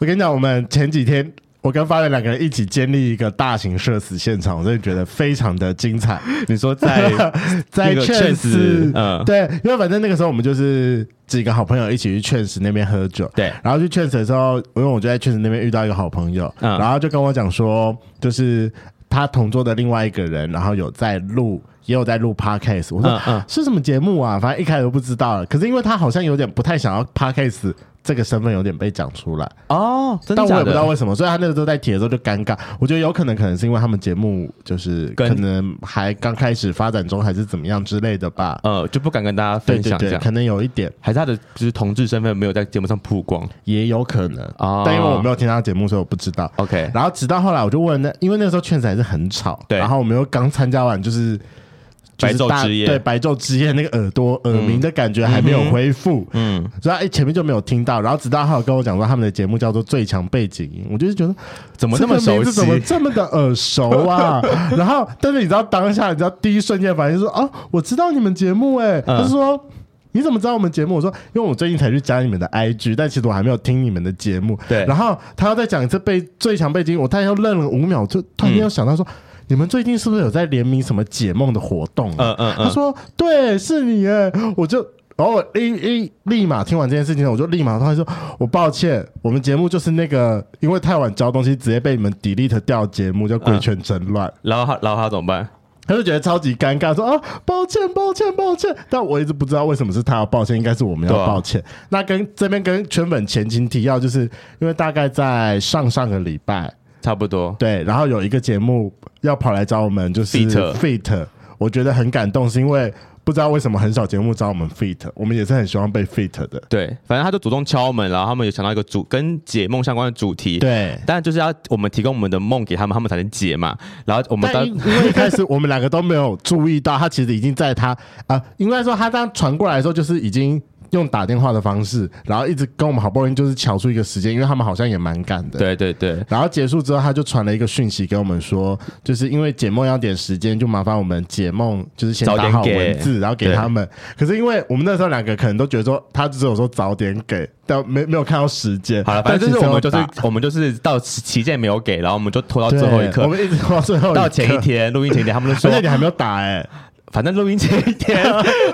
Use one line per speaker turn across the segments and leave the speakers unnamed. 我跟你讲，我们前几天我跟发源两个人一起建立一个大型社死现场，我真的觉得非常的精彩。
你说在
在
那个
劝
Chance，
死，
嗯
对，因为反正那个时候我们就是几个好朋友一起去劝死那边喝酒，
对
然后去劝死的时候，因为我就在劝死那边遇到一个好朋友，
嗯
然后就跟我讲说，就是他同桌的另外一个人，然后有在录，也有在录 podcast，我说、
嗯嗯
是什么节目啊？反正一开始都不知道了，可是因为他好像有点不太想要 podcast。这个身份有点被讲出来，
哦，真
但
的
我也
假
不知道
的？
为什么，所以他那个时候在提的时候就尴尬。我觉得有可能，可能是因为他们节目就是
跟
可能还刚开始发展中，还是怎么样之类的吧。
呃，就不敢跟大家
对
分
对
享这
对，
样，
可能有一点，
还是他的就是同志身份没有在节目上曝光
也有可能。
啊？
但因为我没有听他节目，所以我不知道。
OK，
然后直到后来，我就问那，因为那个时候圈子还是很吵，
对
然后我们又刚参加完，就是。就
白
是
昼
大
之夜
对白昼之夜那个耳朵耳鸣的感觉还没有恢复，
嗯，
所以他哎前面就没有听到，然后直到他有跟我讲说他们的节目叫做《最强背景音》，我就是觉得
怎么那么
这个
熟
名字
悉
怎？么这么的耳熟 啊？然后，但是你知道当下，你知道第一瞬间反应就是哦，我知道你们节目哎、
嗯
他就说。你怎么知道我们节目？我说，因为我最近才去加你们的 IG，但其实我还没有听你们的节目。
对
然后他要再讲一次被最强背景，我大概又愣了五秒，就突然
嗯
间又想到说，你们最近是不是有在联名什么解梦的活动、啊？
嗯嗯
他
嗯，
说：“对，是你哎。”我就，然后我立立立马听完这件事情，我就立马他说：“我抱歉，我们节目就是那个因为太晚交东西，直接被你们 delete 掉节目，
嗯
叫规圈争乱。
然后他然后他怎么办？
他就觉得超级尴尬，说：“啊，抱歉，抱歉，抱歉。”但我一直不知道为什么是他要抱歉，应该是我们要
对啊
抱歉。那跟这边跟圈粉前情提要，就是因为大概在上上个礼拜，
差不多，
对，然后有一个节目要跑来找我们，就是
Feat
Fit，我觉得很感动，是因为不知道为什么很少节目找我们 Fit，我们也是很希望被 Fit 的。
对，反正他就主动敲门，然后他们有想到一个主跟解梦相关的主题，
对，
但就是要我们提供我们的梦给他们，他们才能解嘛。然后我们
但
当
因因为一开始我们两个都没有注意到，他其实已经在他啊、应该说他当传过来的时候，就是已经用打电话的方式，然后一直跟我们好不容易就是瞧出一个时间，因为他们好像也蛮赶的。
对对对，
然后结束之后，他就传了一个讯息给我们说，就是因为解梦要点时间，就麻烦我们解梦就是先
早
打
点
好
给
文字，然后给
对
他们。可是因为我们那时候两个可能都觉得说，他只有说早点给，但没没有看到时间。
好了，
但
反正就是我们
其
就
实
是
要打
我们就是到期限没有给，然后我们就拖到
对
最后一
我
刻，
们一直到最后
到
刻
前一，天录音前一天，他们就
而
说
且你还没有打哎、
反正录音前一 天，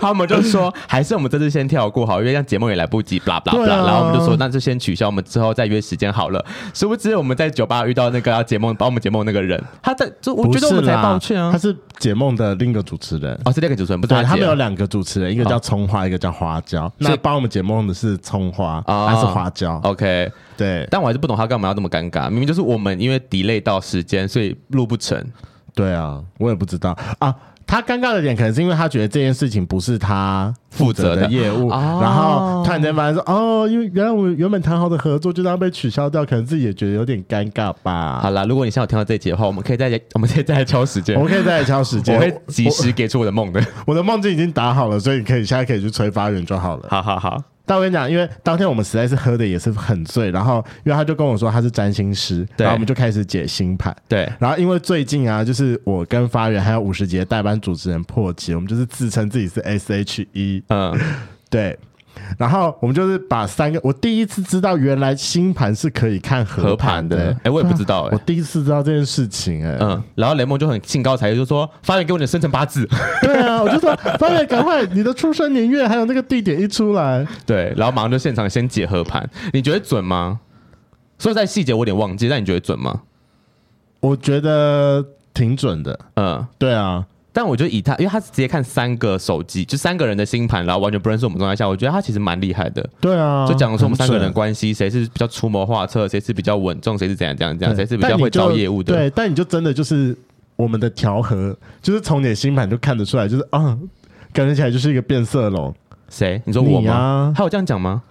他们就说还是我们这次先跳过好，因为这样节目也来不及，blah blah
对
blah。
啊
然后我们就说那就先取消，我们之后再约时间好了。殊不知我们在酒吧遇到那个要解梦帮我们解梦那个人，他在就我觉得我们才抱歉
他
啊。
是解梦的另一个主持人。
哦，是那个主持人，不是
对，他
解哦
们有两个主持人，一个叫葱花，一个叫花椒。那
所以
帮我们解梦的是葱花，
哦
还是花椒？
OK，
对
但我还是不懂他干嘛要这么尴尬，明明就是我们因为 delay 到时间，所以录不成。
对啊，我也不知道啊。他尴尬的点可能是因为他觉得这件事情不是他负责的业务，
负责的哦
然后突然间发现说，哦，因为原来我们原本谈好的合作就这样被取消掉，可能自己也觉得有点尴尬吧。
好啦，如果你现在有听到这一集的话，我们可以再我们可以再来敲时间
我，们可以再来敲时间。
我会
我
及时给出我的梦的。
我的梦境已经打好了，所以你可以现在可以去催发源就好了。
好好好，
但我跟你讲，因为当天我们实在是喝的也是很醉，然后因为他就跟我说他是占星师，
对
然后我们就开始解星盘。
对，
然后因为最近啊，就是我跟发源还有五十节代班主持人破奇，我们就是自称自己是 S H E，
嗯，
对。然后我们就是把三个，我第一次知道原来星盘是 可以看
合
合
盘
盘的，啊
的，哎，我也不知道，
我
哎，
第一次知道这件事情、哎、
嗯，然后雷蒙就很兴高采烈，就说：“发源给我你的生辰八字。
对啊，我就说发源，赶快你的出生年月还有那个地点一出来，”
对，然后马上就现场先解合盘，你觉得准吗？说实在细节我有点忘记，但你觉得准吗？
我觉得挺准的，
嗯，
对啊，
但我觉得以他，因为他是直接看三个手机，就三个人的星盘，然后完全不认识我们状态下，我觉得他其实蛮厉害的。
对啊，
就讲说我们三个人的
很准。
关系，谁是比较出谋划策，谁是比较稳重，谁是怎样怎样怎样，谁啊是比
但
较
你
会招
就
业务的。
对，但你就真的就是我们的调和，就是从你的星盘就看得出来，就是啊，感觉起来就是一个变色龙。
谁？你说我
你
吗？
啊，
他有这样讲吗？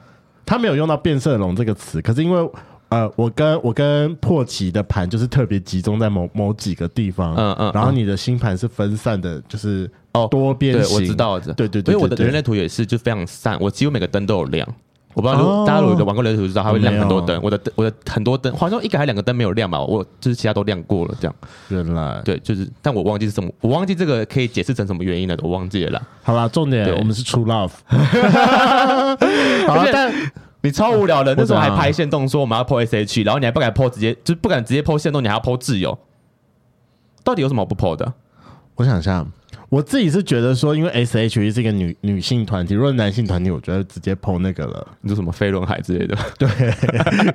他没有用到变色龙这个词，可是因为呃，我跟我跟破奇的盘就是特别集中在某某几个地方，
嗯嗯
然后
嗯
你的星盘是分散的，就是
哦
多
对
变，型，
我知，道的。
对对
因
对，
为我的
对
人类图也是就非常散，我几乎每个灯都有亮。我不知道如果
哦
大家如果有玩过人类图就知道，它会亮很多灯
我。
我的灯我的很多灯，好像一个还两个灯没有亮吧，我就是其他都亮过了这样。
对原来
对，就是，但我忘记是什么，我忘记这个可以解释成什么原因了，我忘记了啦。
好啦，重点
对
我们是 true love，好啦啊
而且
但
你超无聊的，那时候还
我懂啊
拍线动说我们要 PO SH，然后你还不敢 PO 直接，就是不敢直接 PO 线动，你还要 PO 自由，到底有什么好不 PO 的？
我想一下，
我自己是觉得说，因为 S H E 是一个女女性团体，如果男性团体，我觉得直接碰那个了。
你说什么飞轮海之类的？
可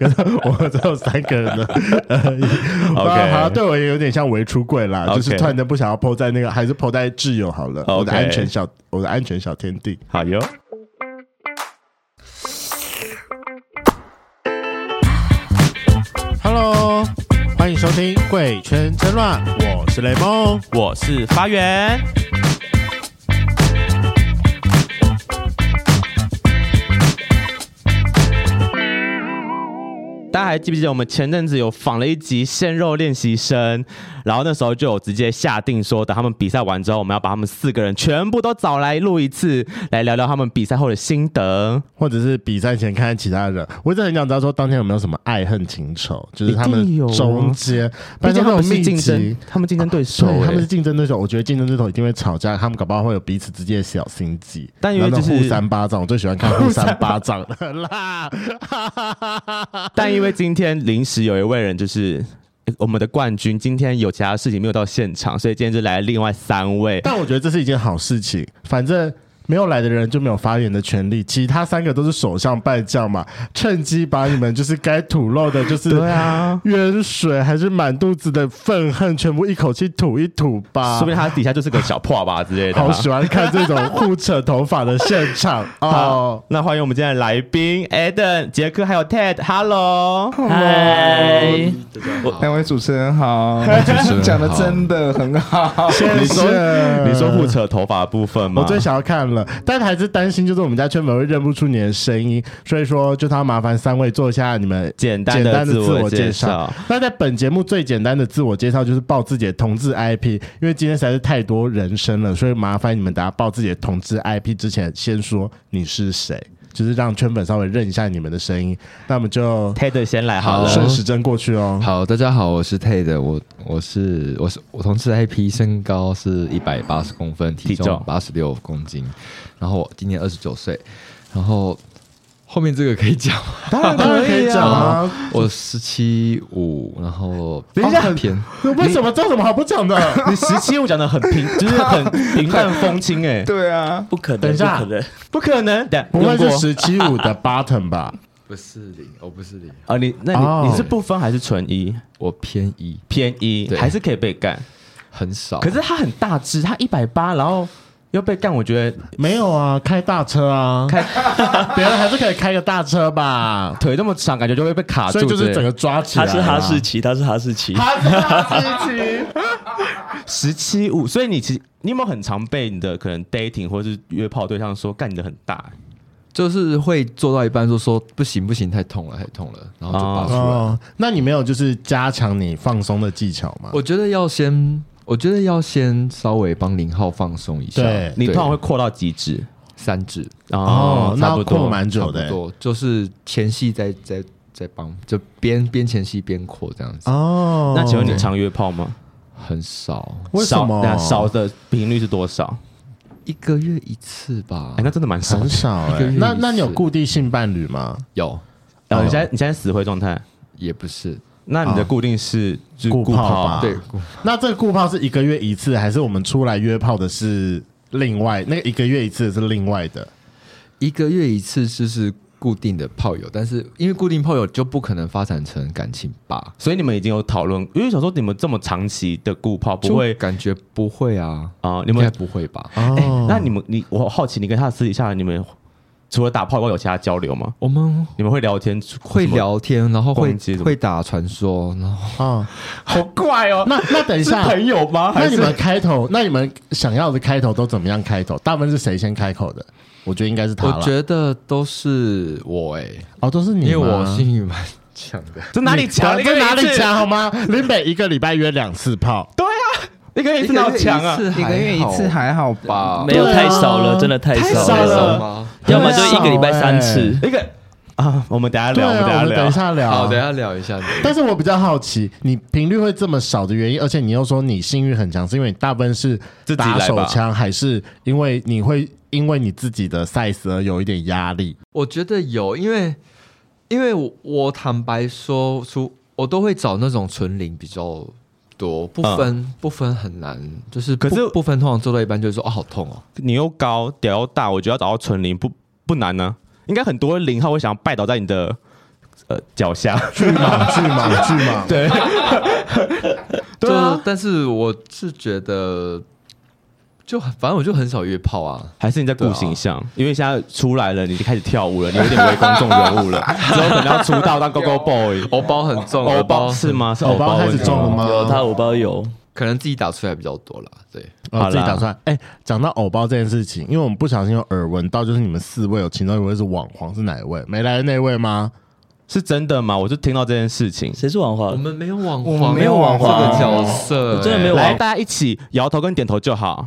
是我们只有三个 人的
OK
好像对我也有点像围出柜啦
OK
就是突然间不想要碰在那个，还是碰在挚友好了。我的
OK
安全小，我的安全小天地。
好哟。
Hello，欢迎收听《贵圈争乱》，我是雷梦。
我是发源。
大家还记不记得我们前阵子有访了一集鲜肉练习生，然后那时候就有直接下定说，等他们比赛完之后，我们要把他们四个人全部都找来录一次，来聊聊他们比赛后的心得。
或者是比赛前看看其他人，我一直很想知道说当天有没有什么爱恨情仇，就是他
一定
们
有啊
中间，
毕竟他们是
密
竞
集啊
争，，他们竞争对手、
对，他们
欸
是竞争对手，我觉得竞争对手一定会吵架，他们搞不好会有彼此之间的小心机，
但因为
然后那种
就是
互三巴掌，我最喜欢看 互三巴掌了啦。
但因为今天临时有一位人就是。诶我们的冠军今天有其他事情没有到现场，所以今天就来了另外三位。
但我觉得这是一件好事情，反正。没有来的人就没有发言的权利，其他三个都是首相败将嘛，趁机把你们就是该吐露的，就是
对啊，
冤水还是满肚子的愤恨，全部一口气吐一吐吧。
说不定他底下就是个小破吧之类的啊、
好喜欢看这种互扯头发的现场哦
好。，那欢迎我们今天的来宾 Eden、杰克还有 Ted，Hello。
哦
嗨，
两位主持人好，
人好
讲的真的很 好。
谢
你说
谢。
你说互扯头发的部分吗？
我最想要看了，但还是担心，就是我们家圈粉会认不出你的声音，所以说就他麻烦三位做一下你们
简单
简
的
单的
自
我
介
绍。。那在本节目最简单的自我介绍就是报自己的同志 IP，因为今天实在是太多人声了，所以麻烦你们大家报自己的同志 IP 之前，先说你是谁，就是让圈粉稍微认一下你们的声音。那我们就
Ted 先来好
好
了，
顺时针过去
嗯
哦。
好，大家好，我是 Ted，我我是我是我同事 IP，身高是一百八十公分，体
体
重
重
八十六公斤，然后我今年二十九岁，然后后面这个可以讲 吗？
当然可以讲啊，
我十七五，然后哦
等一下
很偏，
为什么这有什么好不讲的？
你十七我讲的很平， 就是很平 淡风轻哎，
对啊，
不可能，
等一下
不可能，
不可能，等
不会
用
是
过
十七五的 bottom 吧？
不是零，我不是零，
啊？你那
哦
你你是不分还是纯一？
我偏一，
偏一
对
还是可以被干？
很少，
可是他很大只，他一百八，然后要被干，我觉得
没有啊，开大车啊，
开
别人还是可以开个大车吧。
腿那么长，感觉就会被卡啊住
所
之
以
类
就
的。
是整个抓起
他
来，啊
是哈士奇，他是哈士奇，
十七五，所以你其实你有没有很常被你的可能 dating 或是约炮对象说干你的很大欸、
就是会做到一半就说不行不行，太痛了太痛了，然后就拔出 来。
哦，那你没有就是加强你放松的技巧吗？
我觉得要先，我觉得要先稍微帮零号放松一下。
对
你通常会扩到极致
三指，
哦，
差
那
不
扩
多。
蛮
差
久
不
的欸
多，就是前戏在在在帮，就边边前戏边扩这样子，
哦。
那请问你常约炮吗？
很少，
为什
少
么
等下少的频率是多少？
一个月一次吧
哎、。那真的蛮少的
很。少
一个
哎
月？
那
一次
那你有固定性伴侣吗？
有
然哦后你现在你现在死灰状态，
也不是，
那你的固定是就是
固
固
炮
炮
哦吧啊
啊
对，
那这个固炮是一个月一次，还是我们出来约炮的是另外那个一个月一次的是另外的？
一个月一次就是固定的炮友，但是因为固定炮友就不可能发展成感情吧。
所以你们已经有讨论，因为想说你们这么长期的固炮不
就
会
感觉不会啊，
啊、你
应该
们
不会吧？
哎、
哦
那你们你我好奇，你跟他私底下你们除了打炮以外有其他交流吗？
我们
你们会聊天？
会聊天，然后会
逛街什么
会打传说，然后
哦，
好怪哦，
那那等一下，
友吗
那你们开头，那你们想要的开头都怎么样开头？大部分是谁先开口的？我觉得应该是他
我
了。
觉得都是我哎、
哦，都是你吗，哦
因为我性欲蛮强的。
这哪里强？
这哪里
强？
强好吗？林北一个礼拜约两次炮，
一个月一次哪有强啊？
一个月一次还好吧？
没有
对啊
太少哎了，真的太
太
少
少了
吗？
要么就一个礼拜三次，
哎
一个啊，我们等一下
对
聊，
啊，
我
我
们
们
等
等
一
一
下聊。
下聊。
好，等一。下聊一下。
但是我比较好奇，你频率会这么少的原因，而且你又说你性欲很强，是因为你大部分是
自己来
打
吧
手枪，还是因为你会因为你自己的 size 而有一点压力？
我觉得有，因为因为我我坦白说出，我都会找那种纯零比较多，不分、不分很难，就是
嗯可
不
是
不分通常做到一半就会说哦好痛哦，
你又高，屌又大，我觉得要找到纯零不不难呢、应该很多零号会想要拜倒在你的呃脚下，
巨蟒，巨蟒，巨蟒， 对，
对啊
就但是我是觉得就很反正我就很少约炮啊，
还是你在顾形象？因为现在出来了，你就开始跳舞了，你有点为公众人物了，之后可能要出道当 Go Go Boy。
偶包很重，
哦偶
偶
包
包
是吗？是
偶包开
问
始
题
中了吗？
有他偶包有，
可能自己打出来比较多啦，对，
好
哦，
啦
自己打算。哎，讲到偶包这件事情，因为我们不小心有耳闻到，就是你们四位有其中一位是网黄，是哪一位？没来的那位吗？
是真的吗？我就听到这件事情。
谁是王华
我？们没有网
我
黄，
们没有网
这
黄
个
啊
角色、欸
我真的没有
来，大家一起摇头跟点头就好。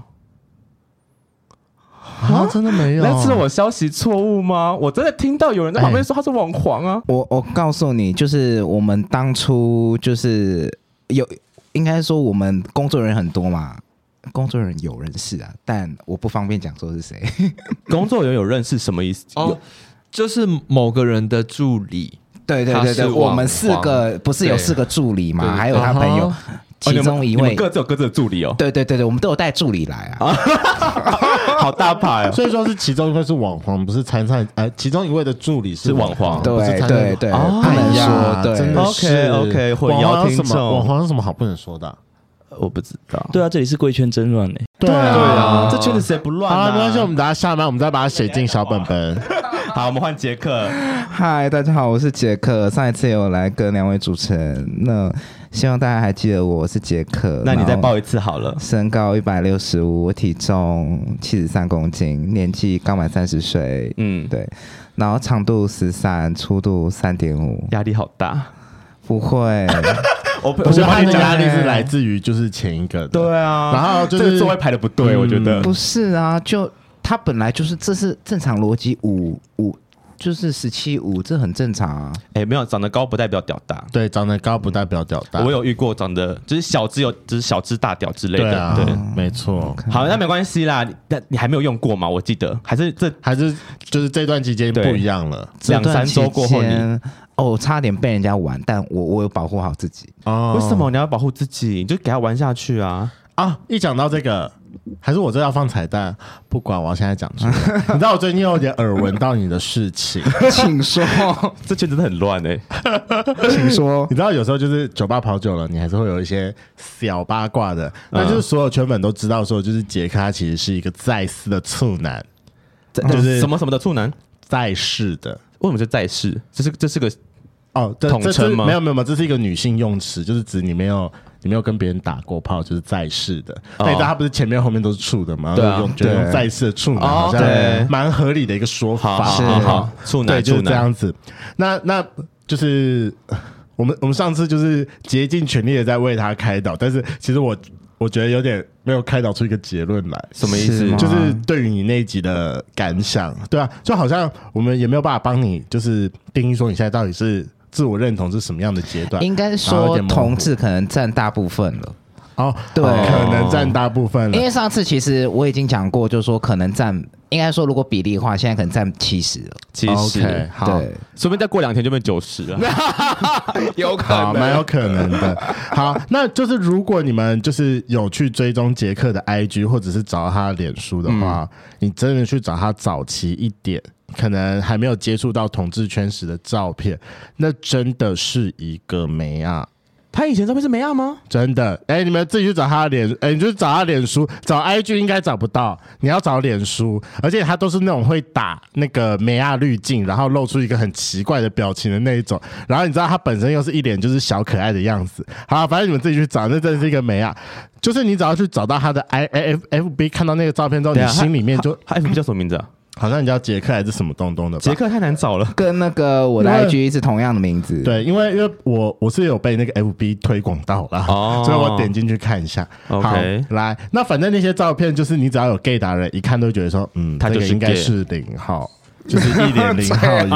啊，真的没有？
那是我消息错误吗？我真的听到有人在
哎
旁边说他是网黄啊。
我我告诉你，就是我们当初就是有，应该说我们工作人员很多嘛，工作人员有人是啊，但我不方便讲说是谁。
工作人员有认识什么意思？
哦，就是某个人的助理，
对对
他
对
是
对，
网
我们四个不是有
对
四个助理
对
嘛，
对
还有他朋友，
哦你
其
们
中一
你
位
们。各自有各自的助理哦，
对对对对，我们都有带助理来啊。
好大牌哦。
所以说是其中一位是网黄，不是参赛，哎，其中一位的助理是
是网黄
不是
对
参赛
对对，
哦
不能
哎
说
呀，真的
对。
是
OK，OK，混
网黄
淆
有什
听众
么？网黄有什么好不能说的啊？
我不知道。
对啊，这里是贵圈真乱哎，
对啊，
对啊
啊，
这圈子谁不乱
好
啊？
了，没关系，我们等下下班，我们再把它写进小本本。
好，我们换杰克。
嗨，大家好，我是杰克。上一次有来跟两位主持人，那希望大家还记得我是杰克。
那你再
然后
报一次好了。
身高一百六十五，体重七十三公斤，年纪刚满三十岁，
嗯，
对，然后长度十三，粗度三点五，
压力好大。
不会，
我
我觉得他的
讲
压力是
欸
来自于就是前一个的，
对啊，
然后就
这个
是嗯
座位排的不对，我觉得。
不是啊，就他本来就是，这是正常逻辑，五五就是十七五，这很正常啊。
哎，没有长得高不代表屌大。
对，长得高不代表屌大。
我有遇过长得就是小只有，就是小只大屌之类
对
的。
啊，
对，
没错。
好，那没关系啦。那你还没有用过吗？我记得还是这
还是就是这段期间不
对
一样了
两三周过后你，
这段期间哦，差点被人家玩，但我我有保护好 自己。
哦
为什么你要保护自己？你就给他玩下去啊！
啊？一讲到这个，还是我这要放彩蛋，不管，我要现在讲出 来。你知道我最近有点耳闻到你的事情，
请说，
这圈真的很乱哎、
欸
请说
你，知道有时候就是酒吧跑久了，你还是会有一些小八卦的。
嗯
那就是所有圈粉都知道说，就是杰克他其实是一个在世的处男，就是
什么什么的处男，
在世的。
为什么叫在世？这是这是个
哦，这
统
这
称
是
吗
没有没有没有，这是一个女性用词，就是指你没有你没有跟别人打过炮，就是在世的。那你知道他不是前面后面都是处的吗？
哦对啊
就用就用
对
在世的处男，
哦
好
对
像蛮合理的一个说
好
法。
好
是
啊好好处男
啊对，就
处
是这
男，
样子。那那就是我们我们上次就是竭尽全力的在为他开导，但是其实我我觉得有点没有开导出一个结论来。
什么意
是
思？
吗
就是对于你那一集的感想，对啊，就好像我们也没有办法帮你，就是定义说你现在到底是自我认同是什么样的阶段。
应该
啊然后有
说
点模糊
同志可能占大部分了，
哦，
对
可能占大部分
因
了。
为上次其实我已经讲过，就是说可能占，应该说如果比例的话，现在可能占七十了。
其实
OK，好，
对，
说不定再过两天就变九十了。
有可
好，蛮有可能的。好，那就是如果你们就是有去追踪杰克的 IG 或者是找他脸书的话，你真的去找他早期一点，可能还没有接触到统治圈时的照片，那真的是一个美啊。
他以前照片是梅亚吗？
真的，哎、你们自己去找他的脸，哎、你就找他脸书，找 IG 应该找不到，你要找脸书，而且他都是那种会打那个美亚滤镜，然后露出一个很奇怪的表情的那一种，然后你知道他本身又是一脸就是小可爱的样子，好，反正你们自己去找，那真的是一个美亚，就是你只要去找到他的 I F F B，看到那个照片之后，
对
你
啊，
心里面就
他他 FB 叫什么名字啊？
好像你叫杰克还是什么东东的吧，
杰克太难找了。
跟那个我的
因为
IG 是同样的名 字。，
对，因为因为我我是有被那个 FB 推广到啦，
哦
所以我点进去看一下。
OK
好，来，那反正那些照片就是你只要有 gay 达人一看都会觉得说，嗯，
他
这
就
个
是
应该
gay
是零号，就是一脸零 号
最好
人。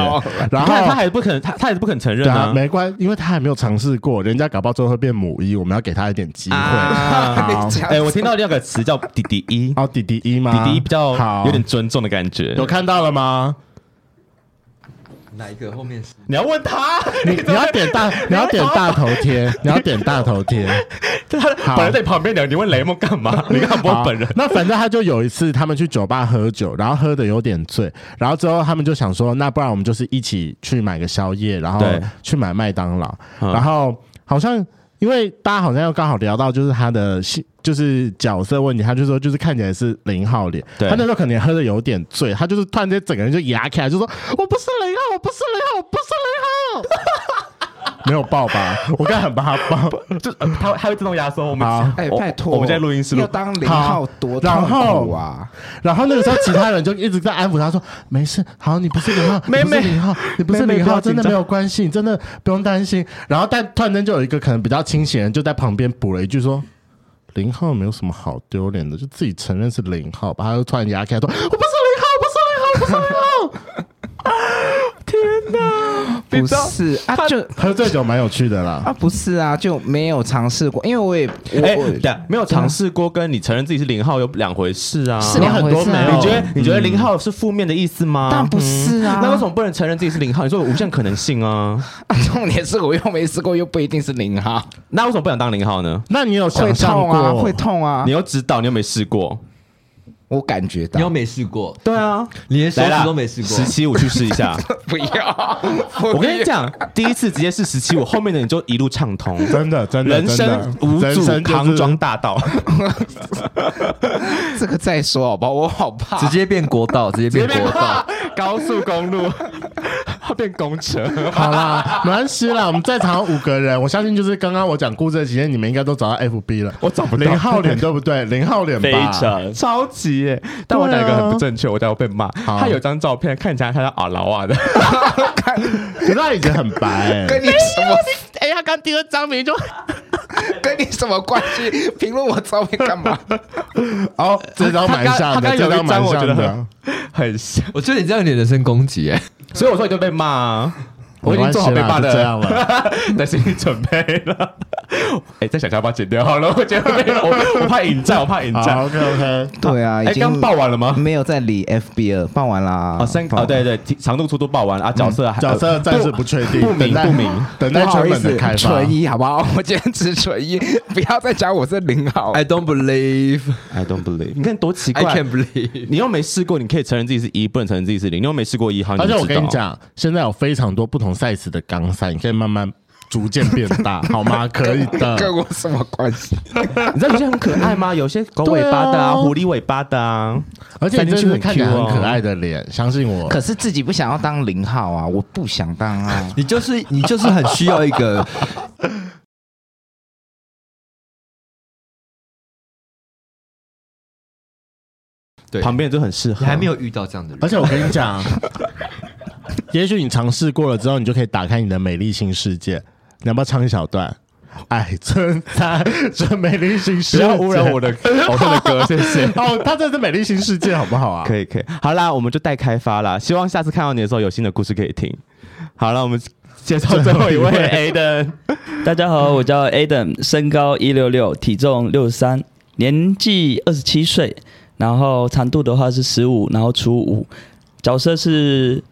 然
你
后
看他还不肯，他他也不肯承
对
认
啊
啊，。
没关，因为他还没有尝试过，人家搞不好最后会变母一，我们要给他一点机会。好，
哎，我听到另外一个词叫弟弟一，
哦，弟弟一吗？
弟弟一比较
好，
有点尊重的感觉。
有看到了吗？
哪一个后面是？
你要问他，
你你要点大，你要点大头贴，你要点大头贴。
他
好
本来在旁边聊，你问雷蒙干 嘛？你看不
好
问本人。
那反正他就有一次，他们去酒吧喝酒，然后喝的有点醉，然后之后他们就想说，那不然我们就是一起去买个宵夜，然后
对
去买麦当劳，
嗯
然后好像。因为大家好像又刚好聊到就是他的性就是角色问题，他就说就是看起来是零号脸，
对
他那时候可能也喝的有点醉，他就是突然间整个人就牙起来，就说我不是零号，我不是零号，我不是零号，没有爆吧？我刚才很怕爆，
就呃他他会自动压缩我们
好。
哎，
我
拜托，
我们在录音室录
要当零号多痛苦啊！
然后那个时候，其他人就一直在安抚他说：“没事，好，你不是零号，
妹
你不是
妹
零号，你不是
妹妹
零
不要
号，
紧
真
张
的没有关系，你真的不用担心。”然后，但突然间就有一个可能比较清醒的人就在旁边补了一句说：“零号没有什么好丢脸的，就自己承认是零号吧。”他就突然牙开说：“我不是零号，我不是零号，我不是零号。
不是啊，就”
喝醉酒蛮有趣的啦，
啊，不是啊，就没有尝试过，因为我也
哎，
我我
对啊，没有尝试过跟你承认自己是零号有两回事啊。
是
有
两
很
回
多
事
没
啊
有
你觉得你觉得零号是负面的意思吗？
但不是啊
嗯那为什么不能承认自己是零号？你说有无限可能性啊？
啊 重点是我又没试过，又不一定是零号，
那为什么不想当零号呢？
那你有
会
想象
痛啊，
过
会？痛啊
你，又知道，你又没试过。
我感觉
你又
到。
没试过，
对啊，
你连手
来啦
指都没试过，
十七五去试一下。
不 要，
我跟你讲，第一次直接是十七五，后面的你就一路畅 通。
真的，真的，
人生
真
无
的人
阻，
生就是
康庄大道。
这个再说好不好？我好怕。
直接变国道，直接变国道。
高速公路，它变公车。
好啦，没关系啦，我们在场有五个人，我相信就是刚刚我讲故事的期间，你们应该都找到 FB 了。
我找不到
零号脸，对不对？零号脸吧，
非常
超级耶！但我
对啊
讲一个很不正确，我待会被骂。
好
他有张照片，看起来他像阿劳啊的。
可是他以前很白、
跟你什么
哎，他刚第二张名就
跟你什么关系？评论我照片 干嘛？
哦，这张蛮像的，
他刚他刚
这
有一
蛮
张我觉
像
得
的
很。 很像，
我觉得你这样有点人身攻击哎，
所以我说你就被骂啊。 我已经做好
没
被
关系啦
骂的
就这样 了
的心理准备了。 哎，再想想要不要剪掉好了，我 觉得被我我怕引战，我怕引
好
战。
，OK OK，
对啊，已
哎，
经
刚报完了吗？
没有在理 FB 了，报完啦。
哦，三
报
哦，
完
对对，题长度、粗度报完啊，角色还
角色暂时不确定，
不
等
明
待
不明。
等待
不好
专
意
门
思
的开，发。
纯一好不 好？我今天只纯一，不要再讲我是零号。
I don't believe,
I don't believe，你看多奇
I
怪
can't。believe。
你又没试过，你可以承认自己是一，不能承认自己是零。你又没试过一，好，
而且
就
我
知
跟你
道，
讲，现在有非常多不同 size 的钢塞，你可以慢慢逐渐变 大，好吗？可以
跟
的。
我什么关系？
你知道有些很可爱 吗？有些狗尾巴的啊，
对啊
狐狸尾巴的啊，
而且你真的是看起来
三
很
千很
可爱的脸，相信我。
哦
可是自己不想要当零号啊，我不想当 啊。
你就是你就是很需要一个对
旁边就很适合。
你还没有遇到这样的人，
而且我跟你 讲，也许你尝试过了之后，你就可以打开你的美丽新世界。你要不要唱一小段？哎爱存在这美丽新世界，
不要污染我的偶像的歌，谢谢。
哦，他这是美丽新世界，好不好啊？
可以可以，好啦，我们就待开发啦。希望下次看到你的时候有新的故事可以听。好了，我们介绍 最后一位 A 的，
大家好，我叫 Adam，身高一六六，体重六三，年纪二十七岁，然后长度的话是十五，然后除五，角色是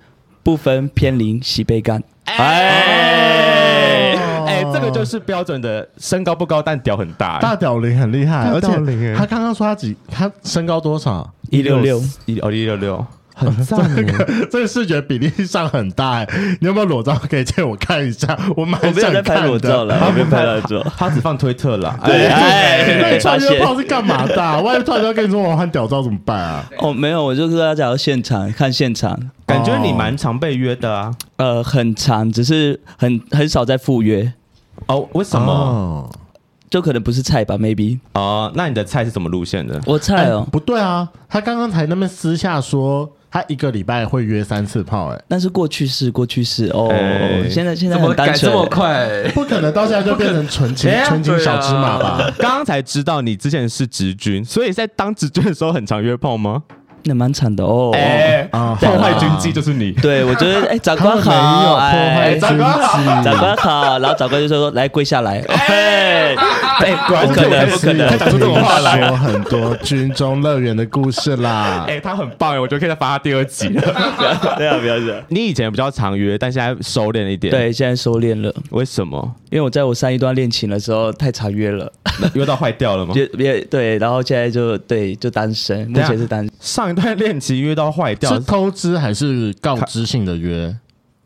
不分偏零洗杯杆。
哎
哦
哎，这个就是标准的身高不高，但屌很大。
大屌林很厉害，而且
大屌林哎
他刚刚说他几，他身高多少？
166
一哦一六六，很赞耶。
这个视觉比例上很大、哎，你有没有裸照可以借我看一下？我蛮
我没有
想
在
看
拍
的
裸照 了，我没有拍裸照。
他只放推特啦。
对，
哎
那
哎，
你
发
穿约
现
炮是干嘛的、啊？万一突然间跟你说我换屌照怎么办啊？
哦，没有，我就是要讲到现场看现场，
感觉你蛮常被约的啊。
呃，很长，只是很很少在赴约，
哦，为什么？
哦
就可能不是菜吧，maybe
哦，那你的菜是怎么路线 的？
我菜哦，
不对啊，他刚刚才那边私下说他一个礼拜会约三次炮、哎，
那是过去式，过去式哦
哎，
现在现在
怎么
很
改
单
这
纯，
么 快？
不可能到现在就变成纯情
哎呀啊
纯情小芝麻吧？
刚刚才知道你之前是直军，所以在当直军的时候很常约炮吗？
那蛮惨的哦。
哎，
啊
破坏军纪就是你，
对，我觉得哎，长官
他们没有
好，
破
哎
坏，
长官好，
长官好，然后长官就说来跪下来，哎，哎，
果然
不
是
可能，
这种他
不可能，
讲出 这种话来
说很多军中乐园的故事啦。
哎，他很棒哎，我觉得可以再发他第二集 了。
对啊，不要这样。
你以前比较常约，但现在收敛了一点。，
对，现在收敛了，
为什么？
因为我在我上一段恋情的时候太常约了，
约到坏掉了吗？
也也对，然后现在就对就单身，目
等一下
前是单身。
上一段恋情约到坏掉
是，偷知还是告知性的约？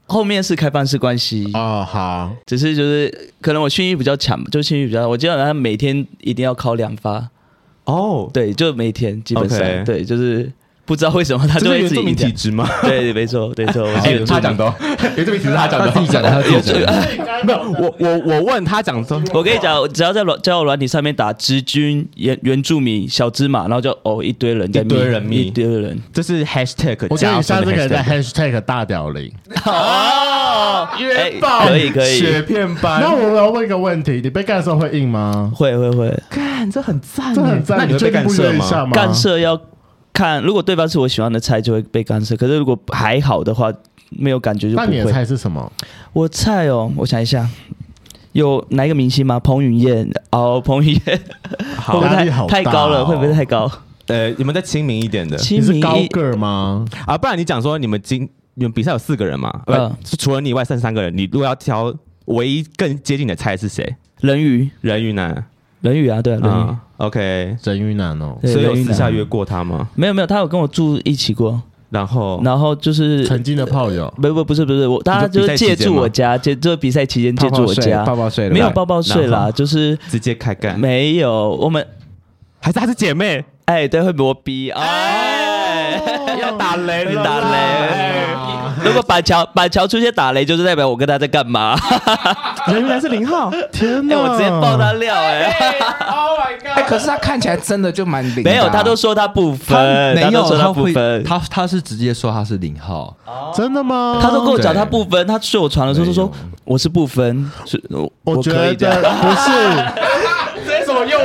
后面是开放式关系，
哦，好，
只是就是可能我性欲比较强，就性欲比较，我基本上每天一定要考两发，
哦，
对，就每天基本上
OK
对，就是不知道为什么他
这
就是会
原
自
住
己
民体
讲，
质吗？
对，没错，没错，我是
哎
原，住
他
民
讲的，哦，原住民其实他讲的
他
哦，
自己讲的，他自己讲的。
没有，我我我问他讲说，
我跟你讲，只要在软交友软体上面打“直军原原住民小芝麻”，然后就哦一堆人在密
一堆人密
一堆人，
这是 hashtag，
我觉得
加
你下
分
次
的
可以在
hashtag。
hashtag 大屌零。
哦，
元宝
可以可以，
雪片
哎
般。
那我要问一个问题，你被干的时候会硬吗？
会会会，
干，这很赞
这很
耶，
赞，
那你
最近
被干
不
涉
约一
吗？
下吗？
干涉要看，如果对方是我喜欢的菜，就会被干涉；可是如果还好的话，没有感觉就
那
不
你的
会。
菜是什么？
我菜哦，我想一下。有哪一个明星吗？彭于晏哦，彭于晏会不会
压
太
力好大哦
太高了？会不会太高？
呃，你们再亲民一点的
亲
你
民
是高
一
个儿吗？
啊，不然你讲说你们今你们比赛有四个人嘛？呃
嗯，
是除了你以外剩三个人，你如果要挑唯一更接近你的菜是谁？
人鱼，
人鱼男
人鱼啊，对啊，人鱼
嗯 o k
真玉男哦，
呃
对
所以有
人鱼
私
男
下约过他吗？
没有没有，他有跟我住一起过，
然后
然后就是
曾经的炮友，
不不不是不是，我他
哦比
就是
赛期
借
间
住
吗
我家，借就是比赛期间借住我家，
抱抱睡了，
没有抱抱睡
然
啦，
后
就是
直接开干，
没有我们
还是她是姐妹？
哎，对，会磨逼哎，
哦
要打雷
了啦
打
哎
雷。如果板桥板桥出现打雷，就是代表我跟他在干嘛？
人鱼男是零号，
天
哎，
哪！
我直接爆他料哎，
哎，可是他看起来真的就蛮灵的啊
没有，他都说他不分，
没
他
有，
都说
他
不
会
分，
他他是直接说他是零号，
真的吗？
他都跟我讲
对
他不分，他睡我床的时候就说我是不分，是我
我觉
可
得
以这样。
不是。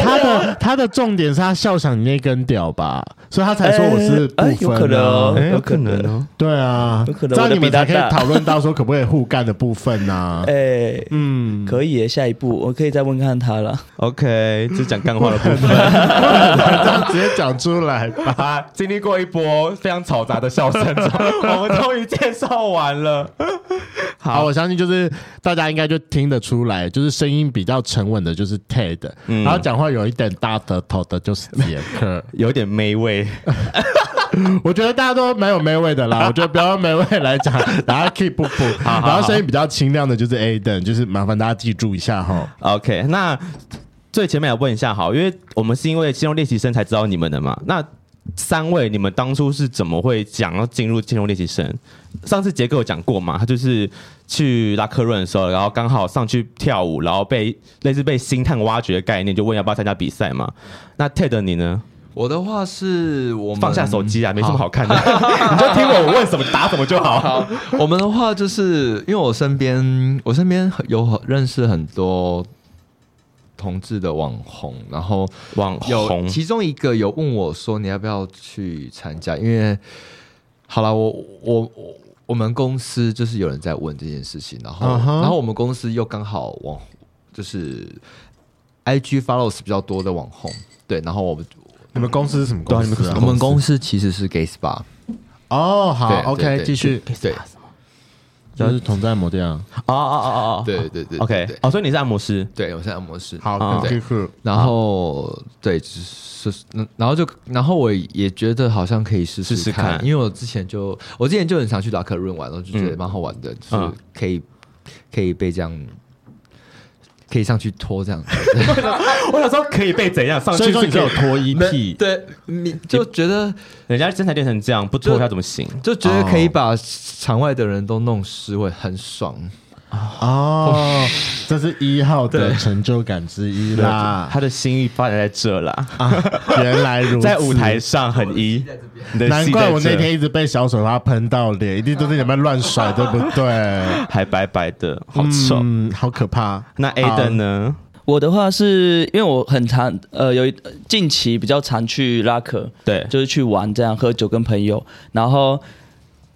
他的他的重点是他笑想你那根屌吧，所以他才说我是不
哎
分、
哎
啊
有可能哦
哎
有可能
哦。
对啊，
有可能
这样你们才可以
我的比他大
讨论到说可不可以互干的部分呐、啊。
哎，
嗯，
可以耶，下一步我可以再问看他了。
OK，这是讲干话的部分。
这样 直接讲出来吧。
啊， 经历过一波非常嘈杂的笑声之后，我们终于介绍完了。
好，我相信就是大家应该就听得出来，就是声音比较沉稳的，就是 Ted，、然
嗯
后讲话有一点大舌头的，就是杰克。
有点媚味，
我觉得大家都蛮有魅味的 啦，我觉得不要用魅味来讲， 大家 keep 不补。然后声音比较清亮的就是 Aden，就是麻烦大家记住一下哈。
OK，那最前面来问一下好，因为我们是因为金融练习生才知道你们的嘛。那三位，你们当初是怎么会想要进入金融练习生？上次杰哥有讲过嘛，他就是去拉克润的时候，然后刚好上去跳舞，然后被类似被星探挖掘的概念，就问要不要参加比赛嘛。那 Ted 你呢？
我的话是我们
放下手机啊，没什么好看的，你 就听我问什么答什么就 好。
好， 我们的话就是因为我身边，我身边有很认识很多同志的网红，然后
网
有
红
其中一个有问我说你要不要去参加，因为好了，我我我我们公司就是有人在问这件事情，然后、
嗯哼
然后我们公司又刚好网就是 IG follows 比较多的网红，对，然后我们
你们公司是什么公司、啊
我啊们公司其实是 gay spa，
哦，好
对对
，OK，
对
继续，
对
就是同在模这样。
哦哦哦哦哦，
对对对对
，OK，
对
哦，所以你是按摩师，
对，我是按摩师，
好，
对
继续。
然后、对，就是，嗯然后就，然后我也觉得好像可以试
试试
看，
看
因为我之前就，我之前就很常去达克润玩，然后就觉得
嗯
蛮好玩的，就是
嗯
可以可以被这样，可以上去拖这样子，
我想说可以被怎样上
所以
去是
说你是
可以
有脱衣癖，
对，你就觉得
人家身材练成这样，不脱他怎么行？
就觉得可以把场外的人都弄湿，会很爽。
哦，这是一号的成就感之一啦。
他的心意发展在这啦，
原来啊如此，
在舞台上很一。你的戏
难怪我
在
那
这
天一直被小水花喷到脸，一定都是你们乱甩，对不对？嗯
还白白的，好丑。
嗯，好可怕。
那 A 的呢？
我的话是因为我很常呃有一近期比较常去拉客，
对，
就是去玩这样喝酒跟朋友，然后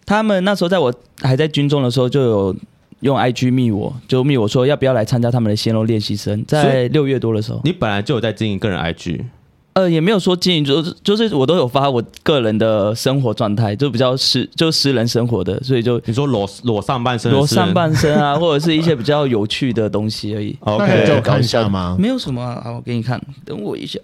他们那时候在我还在军中的时候就有。用 IG 密我，就密我说要不要来参加他们的鲜肉练习生，
所
在六月多的时候，
你本来就有在经营个人 IG，
呃，也没有说经营，就是就是我都有发我个人的生活状态，就比较私，就私人生活的，所以就
你说裸裸上半身的
裸
私人，
上半身 啊，或者是一些比较有趣的东西而已。
那你
，OK，
就
看一下
嗯
吗？
没有什么啊，好我给你看，等我一下。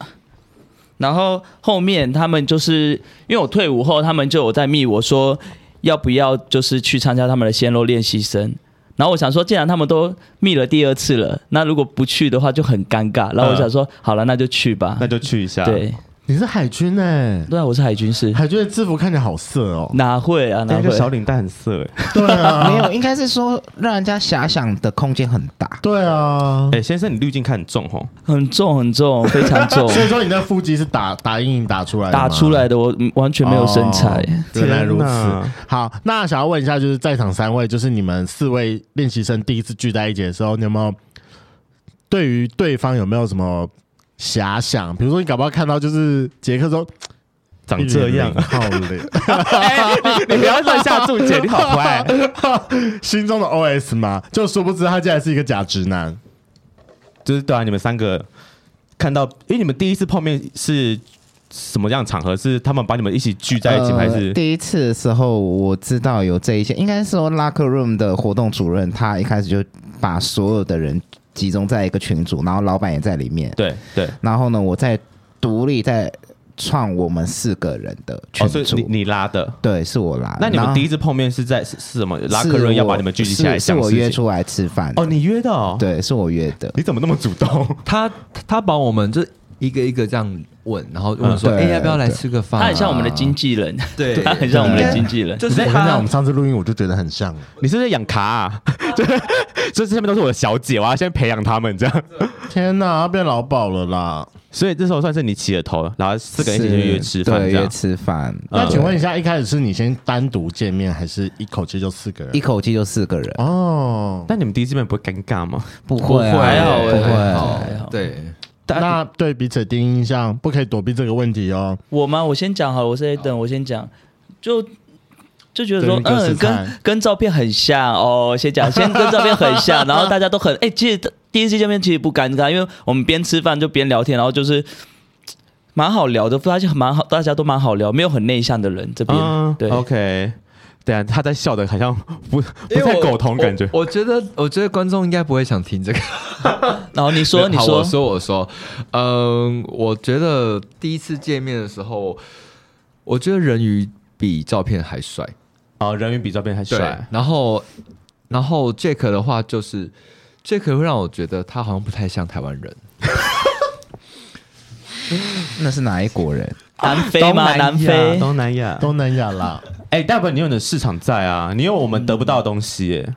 然后后面他们就是因为我退伍后，他们就有在密我说要不要就是去参加他们的鲜肉练习生。然后我想说，既然他们都密了第二次了，那如果不去的话就很尴尬。然后我想说，好了，那就去吧
嗯那。就去一啊下。，
对，
你是海军哎、
对啊，我是海军士，
海军的制服看起来好色 哦。
哪会啊，哪
那
会
个？小领带很色 哎、
对啊，
没有，应该是说让人家遐想的空间很大。
对啊
哎、。先生，你滤镜看很重哦。
很重很重，非常 重，
所以说你的腹肌是打打印打出来的吗哦
打出来的我嗯完全没有身材。
原来如
天
此
哪。
好，那想要问一下，就是在场三位，就是你们四位练习生第一次聚在一起的时候，你有没有对于对方有没有什么遐想？比如说，你搞不好看到就是杰克说
长这样，啊
好脸，
哎、你你不要乱下注解，你好可爱。
心中的 OS 嘛，就殊不知他竟然是一个假直男。
就是对啊，你们三个看到，因为你们第一次碰面是什么样的场合？是他们把你们一起聚在一起，还是
呃、第一次的时候，我知道有这一些，应该是说 locker room 的活动主任，他一开始就把所有的人集中在一个群组，然后老板也在里面。
对对？
然后呢，我在独立在创我们四个人的群
哦，所以
组。
你你拉的。
对，是我拉。
那你们第一
一
次碰面是在是是什么？拉客人要把你们聚集起来
是
想
我
事
约
情。
出来吃饭的。
哦，你约的哦。，
对，是我约的。
你怎么那么主动？
他他把我们就一个一个这样问，然后问说：“
嗯
哎、
对
要不要来吃个饭、
他
啊？”
很像我们的经纪人，
对
他很像我们的经纪人。
就
你
是
在我跟你讲，我
他
们上次录音我就觉得很像，
你是不是养卡、啊？ 就是就是下面都是我的小姐，我要先培养他们这样。
天哪，他变老鸨了啦！
所以这时候算是你起了头，然后四个人一起去约吃饭
对，
这
约
样。
吃饭。
那
嗯
请问一下，一开始是你先单独见面，还是一口气就四个人
一？口气就四个人，
哦，
但你们第一次面不会尴尬吗？
不会啊，
不会
还好
不
还
会。
好
还好
对，
那对彼此的第一印象不可以躲避这个问题哦。
我吗？我先讲好了，我是 A 等，我先讲，就就觉得说，
对就是
嗯，
菜
跟跟照片很像哦。先讲，先跟照片很像，然后大家都很，哎、其实第一次见面其实不尴尬，因为我们边吃饭就边聊天，然后就是蛮好聊的，发现蛮好，大家都蛮好聊，没有很内向的人这边，
嗯，
对。
，OK。对啊，他在笑的，好像不不
因为
太
我
苟同感觉。
我我觉得，我觉得观众应该不会想听这个。
然后你 说，你
好
说
我，说，我说，嗯，我觉得第一次见面的时候，我觉得人鱼比照片还帅。
哦，人鱼比照片还
对
帅，。
然后，然后 Jack 的话就是 Jack 会让我觉得他好像不太像台湾人。
那是哪一国人？
南非吗？南非，
东南亚。
东南亚啦，
哎，大本，你有你的市场在啊，你有我们得不到的东西耶，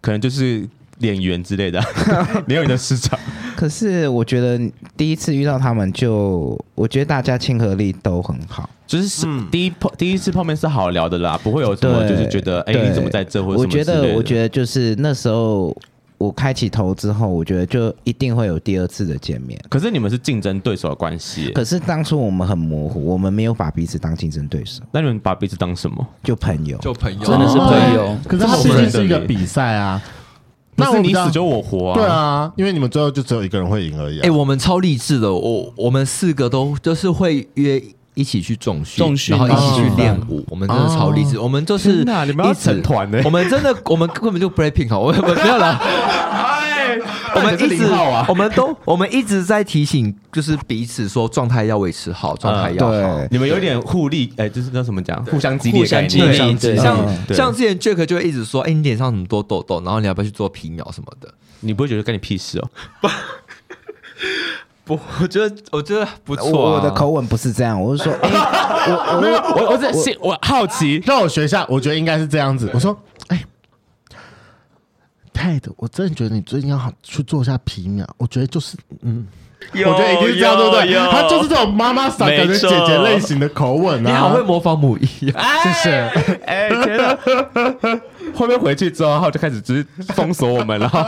可能就是脸圆之类的，啊 你有你的市场。
可是我觉得第一次遇到他们就，我觉得大家亲和力都很好。
就是是第一碰第一次碰面是好聊的啦，不会有什么就是觉得哎
嗯对
你怎么在这或者
我
什么之
觉
类的。
得，我觉得就是那时候我开启头之后，我觉得就一定会有第二次的见面。
可是你们是竞争对手的关系耶，
可是当初我们很模糊，我们没有把彼此当竞争对手，
那你们把彼此当什么？
就朋友。
就朋友，
真的是朋友啊
哦可是它毕竟是一个比赛啊，
那
我
是
比
你
较
死就我活啊。
对，啊，因为你们最后就只有一个人会赢而已、
哎、
啊。
我们超励志的，我我们四个都就是会约一起去重训，
重训
然后一起去
哦
练舞，我们真的超励志，我们就是
啊天哪你们要
一直
成团欸
我们 真的，我们根本就 breaking 好，我们没有啦，我们一直，
啊
我们都我们一直在提醒，就是彼此说状态要维持好，状态要好。
对，
你们有点互利，哎，就是叫什么讲，互相激励
互
的概
相
念，
激励，对，
像
嗯对
像之前 Jack 就会一直说，哎、你脸上很多痘痘，然后你要不要去做皮秒什么的？
你不会觉得干你屁事哦？
不，我觉得我觉得不错、啊
我我的口吻不是这样，我是说，哎、我我
我我只哦是我好奇，
让我学一下，我觉得应该是这样子。我说，哎、泰的，我真的觉得你最近要好去做一下皮秒，我觉得就是，嗯，我
哦
觉得一定是这样，对不对？他就是这种妈妈嗓，
没
感觉姐
错
姐类型的口吻啊。
你好会模仿母一啊！
谢谢。
哎，觉得哎会不会回去之后，然后就开始就是封锁我们，然后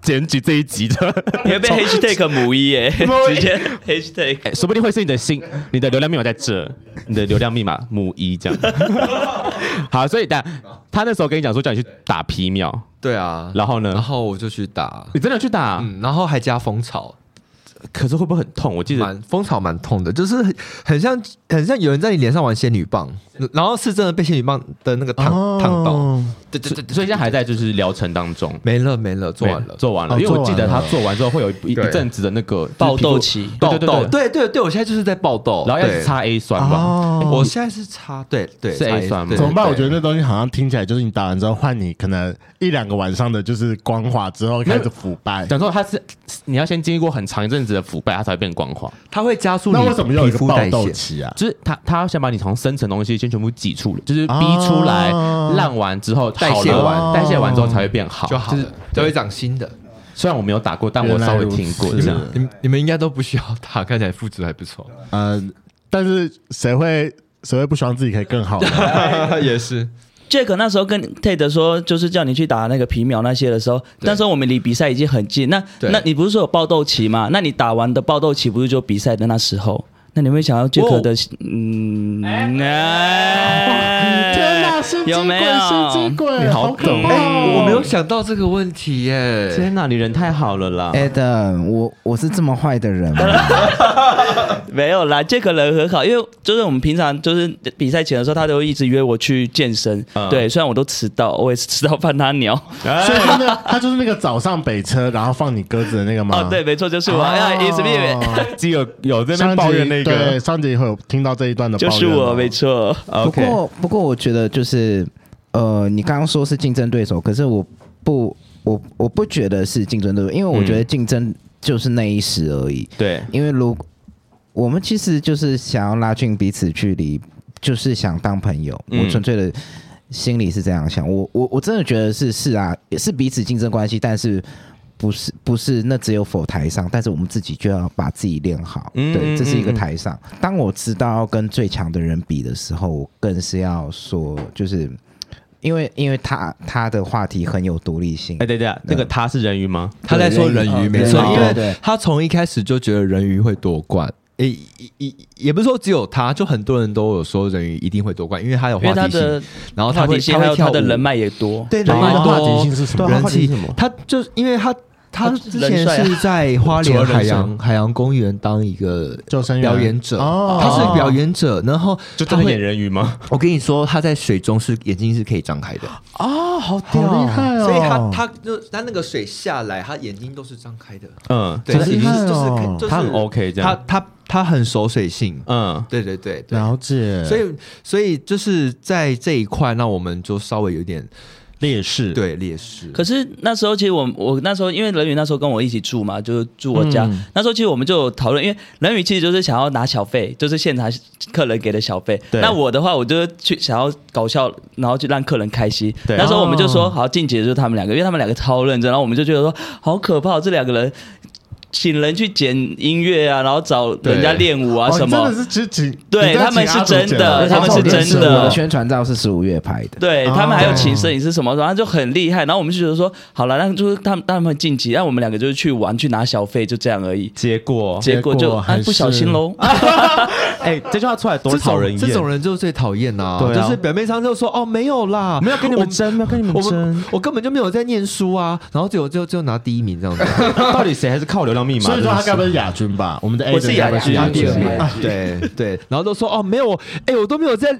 检举这一集的，
你会被 hashtag 母一 耶，直接 hashtag。
哎说不定会是你的新你的流量密码在这，你的流量密码母一这样。 好，所以但他那时候跟你讲说叫你去打皮秒，
对啊，
然后呢
然后我就去打，
你真的去打，
嗯，然后还加蜂巢，
可是会不会很痛？我记得
蛮蜂巢蛮痛的，就是很很像很像有人在你脸上玩仙女棒，然后是真的被仙女棒的那个烫烫到，哦对对对，
所以现在还在就是疗程当中。
没了没了，做完
对
了。
做完了，
哦
因为我记
做
得他
完
做完之后会有一一
对
一阵子的那个
爆
就
痘，
是
期
皮肤
痘
对对
痘，
对对，
对对对，我现在就是在爆痘，
然后要
对
去擦 A 酸吧，
我现在是擦，对对，
是 A
擦一
酸吗
对
哦怎么办？
对
我觉得那东西好像听起来就是你打完之后换你可能一两个晚上的就是光滑之后开始腐败。
讲说它是你要先经历过很长一阵子的腐败，它才会变光滑。
它会加速你
那为什么又有一
皮
个
肤
爆
代
痘
谢。
期啊？
就是它它想把你从深层东西先全部挤出，就是逼出来，
啊
烂完之后
代谢
好了
完
代谢完之后才会变好。
就好
就是
了，就会长新的。
虽然我没有打过，但我稍微听过
原来如此
这样。
你们你们应该都不需要打，看起来肤质还不错。
呃，但是谁会谁会不希望自己可以更好呢？
也是，
Jack 那时候跟 Ted 说，就是叫你去打那个皮秒那些的时候，
对
那时候我们离比赛已经很近。那
对
那你不是说有爆痘期吗？那你打完的爆痘期不是就比赛的那时候？那你会想要 Jack 的、嗯？ 哎
天哪，心机
有没
鬼，心
有
机？鬼，
你好
可
懂
怕
哦
哦！
我没有想到这个问题耶。
天哪，你人太好了啦！
哎 Adam，我我是这么坏的人吗？
没有啦，Jack 人很好，因为就是我们平常就是比赛前的时候，他都会一直约我去健身。对，虽然我都迟到，我也是迟到犯他鸟。
所以他那他就是那个早上北车，然后放你鸽子的那个吗？
哦，对，没错，就是我。
哦
哎呀，也 是因为
基友有在那
上集，
边抱怨那
对
个，
上集会有听到这一段哦的抱
就
怨
是我，没错。
不
OK，
过不过我觉得就是呃，你刚刚说是竞争对手，可是我不我我不觉得是竞争对手，因为我觉得竞争就是那一时而已。
对，
因为如我们其实就是想要拉近彼此距离，就是想当朋友。
嗯
我纯粹的心里是这样想，我我我真的觉得是是啊，也是彼此竞争关系，但是不是不是那只有否台上，但是我们自己就要把自己练好。
嗯
对，这是一个
嗯嗯
台上。当我知道要跟最强的人比的时候，我更是要说，就是因为因为他他的话题很有独立性
哎，。对对，那个他是人鱼吗？
他在说人鱼，没错，
对
因
对
为他从一开始就觉得人鱼会夺冠。也也也也不是说只有他，就很多人都有说人鱼一定会夺冠，因为他有
因为
话
他
题性，
的
然后他
话
会
题性
会
还哦有他的
跳舞
人脉也多。
对
对
人
他
脉
的话
多
题性是什么？
人气
什么？
他就是因为他他
他
之
哦
前
人帅啊
是在花莲海
除了
洋海洋公园当一个
救生员
表演者，
哦
他是表演者，然后
就
他
他演
会，
人鱼吗？
我跟你说，他在水中是眼睛是可以张开的，
好厉害哦！
所以他他就他那个水下来，他眼睛都是张开的，
嗯，
对，
好
眼
厉
睛
害
是就是可以
哦
就是
他很 OK 这
他
样，
他他很熟水性，
嗯，
对对对对，
了解，
所以所以就是在这一块，那我们就稍微有点
劣势，
对劣势，
可是那时候其实我我那时候因为人宇那时候跟我一起住嘛，就是住我家。
嗯
那时候其实我们就有讨论，因为人宇其实就是想要拿小费，就是现场客人给的小费。
对
那我的话，我就是去想要搞笑，然后就让客人开心。
对
那时候我们就说好，静姐就是他们两个，因为他们两个超认真，然后我们就觉得说好可怕，这两个人。请人去剪音乐啊，然后找人家练舞啊
哦
什
你
么，
真的是只请
对
你在
他们
请阿
是
祖
真
剪
的
哎
了
他们是
重点
真的
我的宣传照是十五月拍的。
对
哦
他们还有请摄影师什么，然后就很厉害。然后我们就觉得说，好了，那就是他们他们晋级，那我们两个就是去玩去拿小费，就这样而已。
哦结果
结果
结
就
果还
啊
是
不小心喽，
哎，这句话出来多
这
讨
种
人厌，
这种人就是最讨厌呐、
对啊
就是表面上就说哦没有啦，
没有跟你们争，没有跟你
我
们争
们，我根本就没有在念书啊，然后结果就就拿第一名这样子，
到底谁还是靠流量密码？
所以说他
真的是
该不是亚军吧？我们的 A
我是亚军
亚
亚军
啊
对对，然后都说哦没有，哎、我都没有在，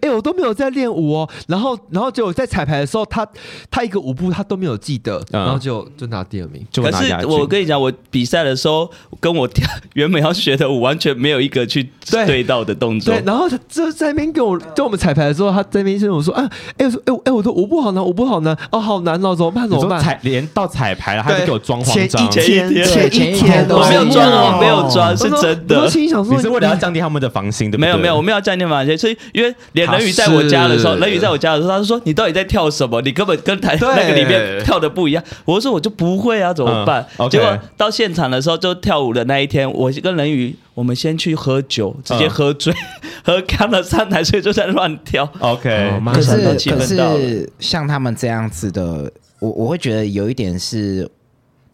哎、我都没有在练舞哦，然后然后结果在彩排的时候，他他一个舞步他都没有记得，
嗯
然后就就拿第二名，
就
可
拿亚
是
军
我跟你讲，我比赛的时候跟我 原本要学的舞完全没有一个去
对
对到的动作
对，。然后他就在那边跟我跟我们彩排的时候，他在那边跟我说啊，哎、我说哎、我哎、我的舞步好难，舞步好难，哦好难哦，怎么办怎
你
么
说
办？
彩连到彩排了，他就给我装
前
慌
一
张。
前一天
前一天
都啊
我没有装，
哦
我没有装，是
我说
真
我
的
都。心里想说，
你是为了要降低他们的防心，对不对？
没有没有，我，们要降低防线，所以因为连人鱼在我家的时候，人鱼在我家的时候，他就说你到底在跳什么？你根本跟台那个里面跳的不一样。我说我就不会啊，怎么办？
嗯，OK
结果到现场的时候，就跳舞的那一天，我跟人鱼。我们先去喝酒，直接喝醉，嗯喝干了上台，所以就在乱跳。
OK，
可
可能都
是
气
可
氛到了
是像他们这样子的，我我会觉得有一点是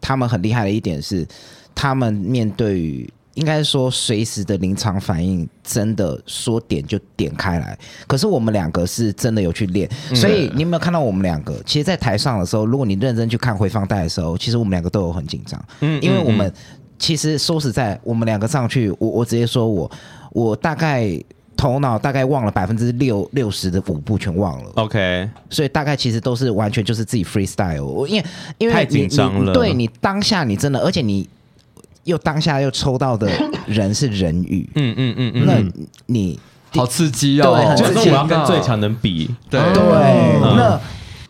他们很厉害的一点是，他们面对于应该说随时的临场反应，真的说点就点开来。可是我们两个是真的有去练，
嗯
所以你有没有看到我们两个？其实，在台上的时候，如果你认真去看回放带的时候，其实我们两个都有很紧张，嗯，因为我们其实说实在，我们两个上去，我我直接说我我大概。头脑大概忘了百分之六六十的舞步全忘了，
OK，
所以大概其实都是完全就是自己 freestyle。我因为因为
太
你
紧张
你
了
对你当下你真的，而且你又当下又抽到的人是人鱼，
嗯嗯嗯嗯，
那你
好刺激哦！
对很
就
刺
是
激
我要跟最强人比，
对啊
对
嗯
哎那。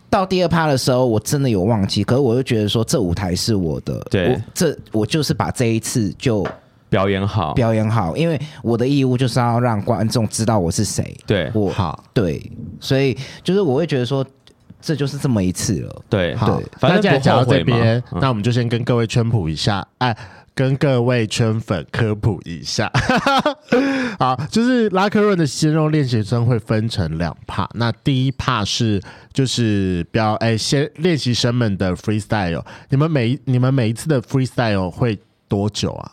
到第二趴的时候，我真的有忘记，可是我就觉得说，这舞台是我的，
对哦
我这我就是把这一次就
表演好，
表演好，因为我的义务就是要让观众知道我是谁，
对
我
好
对，所以就是我会觉得说，这就是这么一次了，
对，
好
对，
反
那既
正
然
不
讲
后
到这
悔嘛。
边，
嗯
那我们就先跟各位圈普一下，哎，跟各位圈粉科普一下。 好，就是拉克润的鲜肉练习生会分成两帕，那第一帕是就是标哎先练习生们的 freestyle，你们每你们每一次的 freestyle 会多久啊？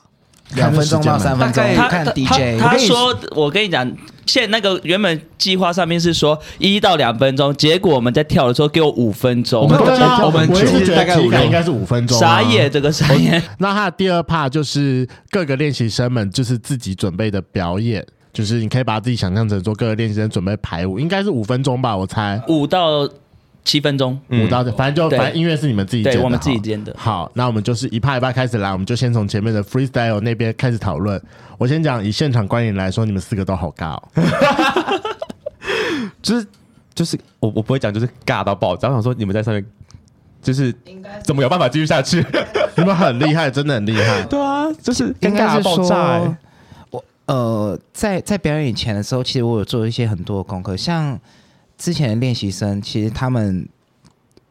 两分钟到
看时间
三
吗
分钟，
他
看
他
DJ，
他他说，我跟你讲，现那个原本计划上面是说一到两分钟，结果我们在跳的时候给我五分钟，
们
对啊
我们
我一直
九
觉
大
得
概
体
五六
感应该是五分钟、啊，
傻眼，这个傻 眼。
那他的第二 part 就是各个练习生们就是自己准备的表演，就是你可以把自己想象成说各个练习生准备排舞，应该是五分钟吧，我猜
五到七分钟，
五到十，反正就
嗯对
反正音乐是你们自己剪
对
的，
我们
好
自己编的。
好，那我们就是一趴一趴开始来，我们就先从前面的 freestyle 那边开始讨论。我先讲，以现场观影来说，你们四个都好尬哦。
就是就是我我不会讲，就是尬到爆炸。我想说你们在上面，就是怎么有办法继续 下去？
你们很厉害，真的很厉 害。
对啊，就是尴
应
尬
该
到
是
爆
说，
炸、欸。
我呃，在在表演以前的时候，其实我有做一些很多的功课，像之前的练习生，其实他们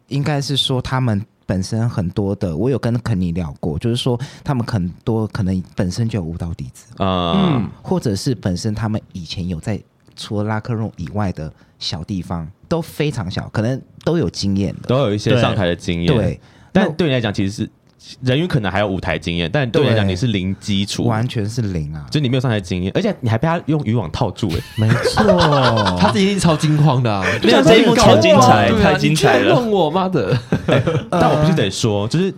应该是说他们。本身很多的，我有跟肯尼聊过，就是说他们很多可能本身就有舞蹈底子，
嗯，
或者是本身他们以前有在除了拉克隆以外的小地方都非常小，可能都有经验的。
都有一些上台的经验。，
对，
但对你来讲，其实是人鱼可能还有舞台经验，但对你来讲
对
你是零基础，
完全是零啊！
就你没有上台经验，而且你还被他用渔网套住、欸，
没错，
他一定超惊慌的啊，
没有这一幕超精彩，
对啊
太精彩
你居然
了。
弄我妈的！
但我必须得说，就是。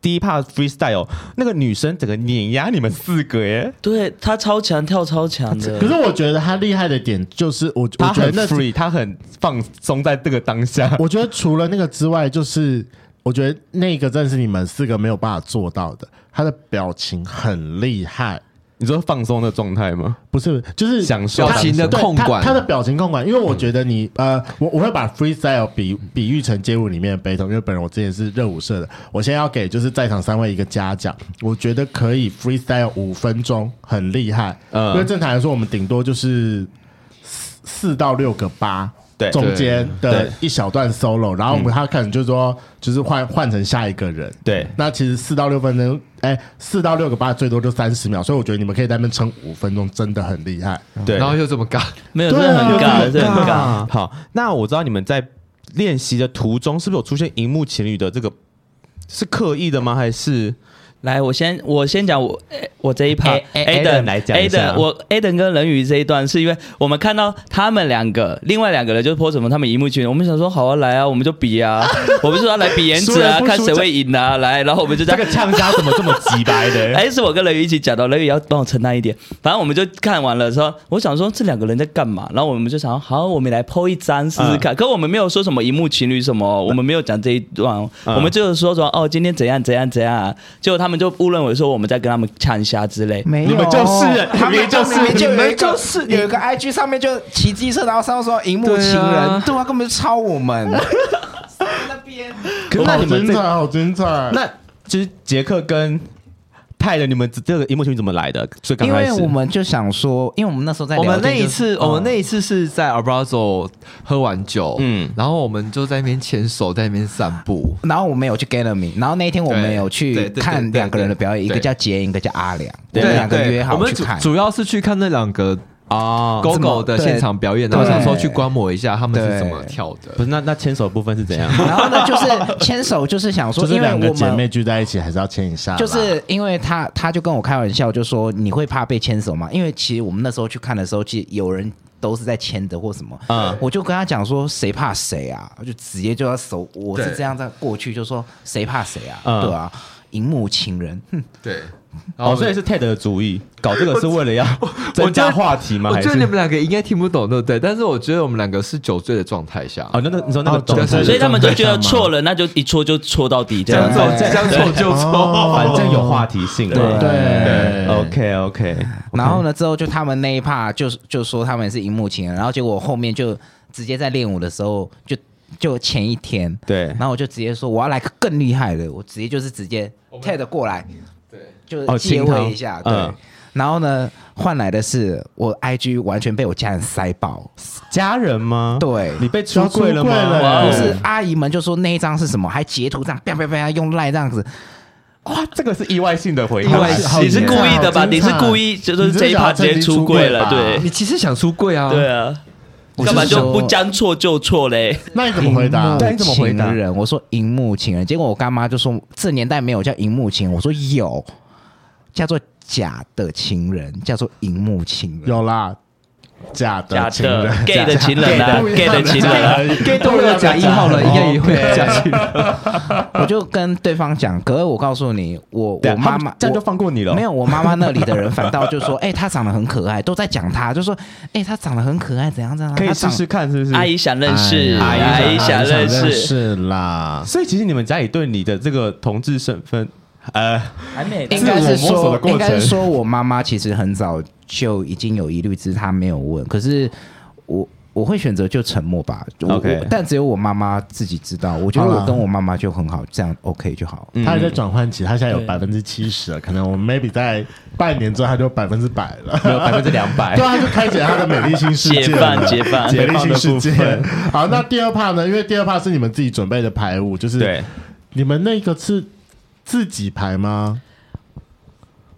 第一趴 freestyle 那个女生整个碾压你们四个耶，
对他超强，跳超强的。
可是我觉得他厉害的点就是我，我
她
觉得
很
那
free，她很放松在这个当下。
我觉得除了那个之外，就是我觉得那个真的是你们四个没有办法做到的。他的表情很厉害，
你说放松的状态吗？
不是就是
享受
他
表情的
对
控管
他，他的表情控管。因为我觉得你、
嗯
呃，我我会把 freestyle 比比喻成街舞里面的悲痛，因为本人我之前是热舞社的，我现在要给就是在场三位一个嘉奖，我觉得可以 freestyle 五分钟，很厉害。
嗯
因为正常来说，我们顶多就是四四到六个八。
对
中间
对嗯
的一小段 solo，然后我们他可能就是说，就是换换成下一个人。
对
那其实四到六分钟，哎，四到六个八最多就三十秒，所以我觉得你们可以在那边撑五分钟，真的很厉害。
对，
然后又这么尬，
没有，真的很尬，真的很尬。
啊，好，那我知道你们在练习的途中是不是有出现荧幕情侣的这个是刻意的吗？还是
来，我先我先讲我诶我这一趴
A- A- Aden 来讲一下
Aden，我 Aden 跟人鱼这一段是因为我们看到他们两个，另外两个人就是泼什么他们荧幕群，我们想说好啊，来啊，我们就比啊，我们就要来比颜值
输人
啊，
不输
看谁会赢啊，来，然后我们就这
这
样
个呛虾怎么这么急白的？
哎，是我跟雷宇一起讲的，雷宇要帮我承担一点。反正我们就看完了之后，我想说这两个人在干嘛？然后我们就想，好，我们来 PO 一张试试看。可我们没有说什么荧幕情侣什么哦，我们没有讲这一段哦，
嗯
我们就是说说哦，今天怎样怎样怎样、啊。结果他们就误认为说我们在跟他们呛虾之类。
没有，
你们就是
他
你
们
们就是
明明就有
你
一
们
个
就是
有一个 IG 上面就骑机车，然后上面说荧幕
对啊
情人，对啊，根本就抄我 们。
可是那
好
你们
精
这
彩，好精彩！
那就是杰克跟派的，你们这个荧幕群怎么来的？所以刚
因
开
为
始
我们就想说，因为我们那时候在
我
聊
们
天
那一
就
次，我们那一次是在 Abrazo 喝完酒，
嗯
嗯，然后我们就在那边牵手，在那边散步。
然后我们有去 Gallery，然后那一天我们
对
有
对
去
对对
看
对
两个人的表演，一
对
个叫杰，一个叫阿良，我
对
们两个
对
约
我
好
们
去
主
看。
主要是去看那两个
哦，
狗
怎
狗
么
的
对
现场表演，然后
对
想说去观摩一下他们是
对
怎么跳的
不。是那那牵手部分是怎样？
然后呢，就是牵手，就是想说，
就是
因为
两个
我
姐
们
妹聚在一起，还是要牵一下啦。
就是因为他，他就跟我开玩笑，就说你会怕被牵手吗？因为其实我们那时候去看的时候，其实有人都是在牵的或什么，
嗯
我就跟他讲说谁怕谁啊，我就直接就要手，我是
对
这样在过去就说谁怕谁啊，
嗯
对啊，荧幕情人，哼
对，然后
哦，所以是 Ted 的主意，搞这个是为了要 增加话题吗？
我
还
觉
是
得你们两个应该听不懂，对不对？但是我觉得我们两个是酒醉的状态下，
哦，那那你说那个
哦
懂
对
是
所以他们就觉得错了，那就一错就错到底这样
将
子
错。将错就错，
反正有话题性了。
对
对
OK OK，
然后呢之后就他们那一趴就就说他们是荧幕情人，然后结果后面就直接在练舞的时候就就前一天，
对
然，后我就直接说我要来个更厉害的，我直接就是直接 TED 过来，对，
哦
就
清
借
汤
位一下，对
嗯。
然后呢，换来的是我 IG 完全被我家人塞爆，
家人吗？
对
你被出柜了吗？
要出柜了
哇
就
哦
是阿姨们就说那一张是什么，还截图这样，啪啪啪用赖这样子，
哇，这个是意外性的回
意
答。
外性
好
你是
精
故
彩
意的吧？
好
你
精
是
彩
故意就是
你是
这一
想要
趴直接
趁机
出
出
柜
柜
了，
吧
对
你其实想出柜啊，
对啊，
我
干嘛
是
就
说
不将错就错嘞？
那你怎么回
啊
答？
嗯
对你怎么回答
荧幕情人，我说荧幕情人，结果我干妈就说这年代没有叫荧幕情人，我说有，叫做假的情人，叫做荧幕情 人。
有啦，假
呃
的
假
情
的
人，
gay 的情人啊，gay 的情人啊，
，gay 都有假一号 了，应该也会有假去。
哦我就跟对方讲，可是我告诉你，我
对啊
我妈妈
这样就
我
放过你了。
没有，我妈妈那里的人反倒就说，哎、她长得很可爱，都在讲她，就说，哎、她长得很可爱，怎样怎样，
可以
啊她
试
长
试看，是不是？
阿姨想认识，
哎呀
阿姨想认识，
识啦。
所以其实你们家里对你的这个同志身份，呃，
还没
应该是
自我摸索的
说，
过程
应该是说我妈妈其实很早就已经有疑虑，只是她没有问。可是我我会选择就沉默吧。我
OK
我但只有我妈妈自己知道。我觉得
好啦
我跟我妈妈就很好，这样 OK 就好。
他还在转换期，他现在有百分之七十了，可能我们 maybe 在半年之后他就百分之百了，
没有百分之两百
对，。他啊就开启了他的美丽新世界
解
了，
放解放
美丽新世
解放的
界。 好，那第二 part 呢？因为第二 part 是你们自己准备的排舞，就是
对，
你们那个是自己排吗？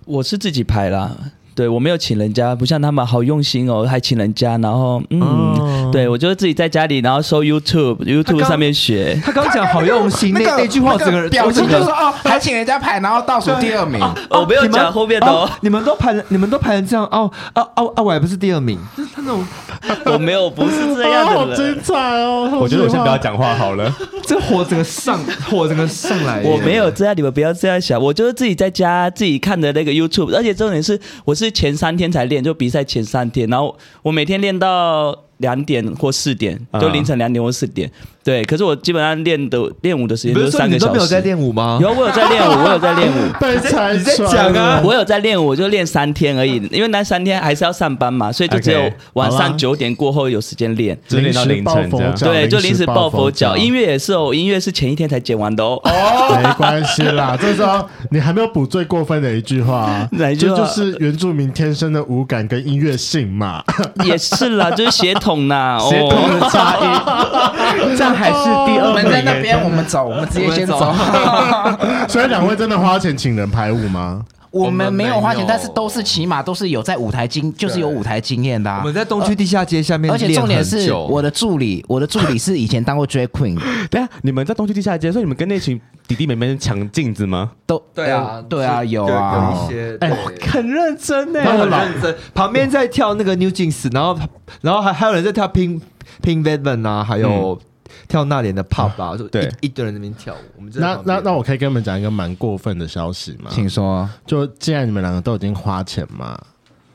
我是自己排啦，对我没有请人家，不像他们好用心哦，还请人家，然后嗯，对我就是自己在家里，然后搜 YouTube YouTube 上面学。
他刚讲好用 心，那那句话整个人
表情
我
就
整
是
个
哦，还请人家排，然后倒数第二名。
哦，我没有
你们
讲后面的哦，
你们都排了，你们都排成这样哦，啊啊啊！我还不是第二名，就是他那种
哦我没有，不是这样
哦
的
好
人
精，彩哦！
我觉得我先不要
要
讲话好了。
这火整个上，火整个上来。
我没有这样，你们不要这样想，我就是自己在家自己看的那个 YouTube，而且重点是我是前三天才练，就比赛前三天，然后我每天练到两点或四点，
啊
就凌晨两点或四点，对，可是我基本上练的练舞的时
你
间都
不
是
是说
三
你
个
都
小
没有在
时。
练舞吗？
有，我有在练 舞，我有在练舞。
被拆
你在
穿
讲啊
了。
我有在练舞，我就练三天而已，因为那三天还是要上班嘛，所以就只有
啊
OK，
晚
好啦
上九点过后有时间练。
只练到凌晨这
临时抱佛
样
脚
对，就
临
临
时
时抱佛脚。
脚
音乐也是哦，音乐是前一天才剪完的哦。
没关系啦，这时候你还没有补最过分的一句话、啊，
哪一句
这
话
就是原住民天生的舞感跟音乐性嘛，
也是啦，就是血统 呐。
协同
哦，
的差异。
这样还是第
我
二
们在那边，我们走，我们直接先走。
所以两位真的花钱请人排舞吗？
我们没有花钱
我们没有，
但是都是起码都是有在舞台经，就是有舞台经验的啊。
我们在东区地下街下面
而且
练
重点
很
是，
久
我的助理，我的助理是以前当过 drag queen，
等一下啊你们在东区地下街，所以你们跟那群弟弟妹妹抢镜子吗？
都
对啊
呃，对啊，
是
有啊，
有一些
哎
哎。
很认真呢
他很认真，旁边在跳那个 New Jeans，然后然后还还有人在跳 Pink Pink Velvet 啊，还有
嗯
跳那年的 Pop 啊，就
对
一一堆人在那边跳舞。我们就在
那
旁边
那那我可以跟你们讲一个蛮过分的消息吗？
请说。
就既然你们两个都已经花钱嘛，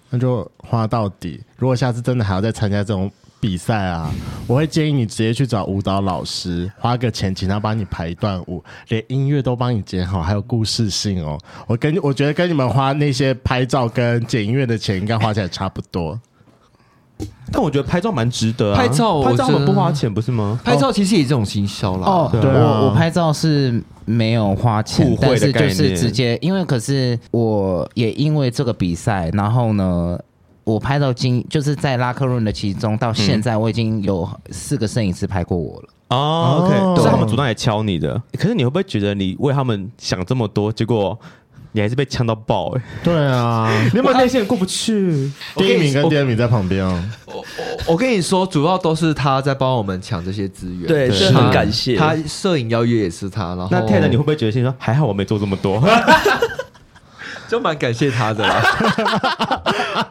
那就花到底。如果下次真的还要再参加这种比赛啊， 我会建议你直接去找舞蹈老师，花个钱请他帮你排一段舞，连音乐都帮你剪好，还有故事性哦。我跟我觉得跟你们花那些拍照跟剪音乐的钱应该花起来差不多。
但我觉得拍照蛮值得啊，
拍照我
拍照
真的
很不花钱，不是吗？
拍照其实也是一种行销啦。
哦，
对啊
我我拍照是没有花钱
互，惠
但
的
是就
概
是
念
直接，因为可是我也因为这个比赛，然后呢，我拍到今就是在拉克润的其中，到
嗯
现在我已经有四个摄影师拍过我了。
哦
哦
，OK，是
对
他们主动来敲你的。可是你会不会觉得你为他们想这么多，结果你还是被呛到爆？哎，
对啊，
你有没有内心很过不去？
第一名跟第二名在旁边哦。
我跟你说，主要都是他在帮我们抢这些资源。
对是
他
很感谢
他摄影邀约也是他，然后
那 Ted，你会不会觉得心里说还好我没做这么多？
就蛮感谢他 的啦。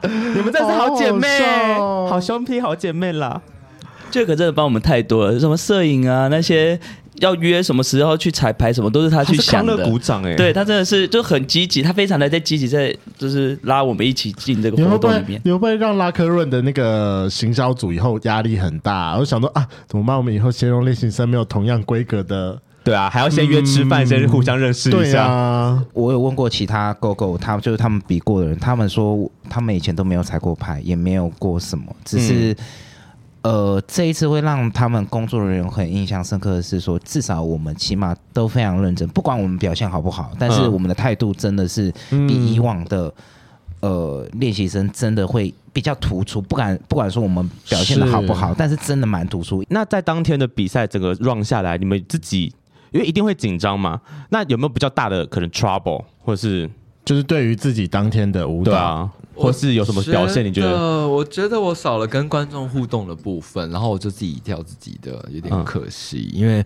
你们真是好姐妹
好好笑，哦
好兄弟，好姐妹啦！
这可真的帮我们太多了，什么摄影啊那些，要约什么时候去彩排，什么都是他去
他是
想
康乐
的。
鼓掌哎，
对，他真的是就很积极，他非常的在积极，在就是拉我们一起进这个
你
活
会不
动
会
里面。
你会不会让拉科润的那个行销组以后压力很大？我想说啊，怎么办？我们以后先用练习生没有同样规格的，
对啊，还要先约吃饭，先互相认识一
对
下。
啊，
我有问过其他 GoGo，他就是他们比过的人，他们说他们以前都没有彩过排，也没有过什么，只是、呃，这一次会让他们工作人员很印象深刻的是说，至少我们起码都非常认真，不管我们表现好不好，但是
嗯
我们的态度真的是比以往的。呃，练习生真的会比较突出，不敢不管说我们表现的好不好，但是真的蛮突出。
那在当天的比赛整个 run 下来，你们自己因为一定会紧张嘛，那有没有比较大的可能 trouble，或是
就是对于自己当天的舞
对
蹈，
啊，或是有什么表现？你觉得？
得？我觉得我少了跟观众互动的部分，然后我就自己跳自己的，有点可惜。因为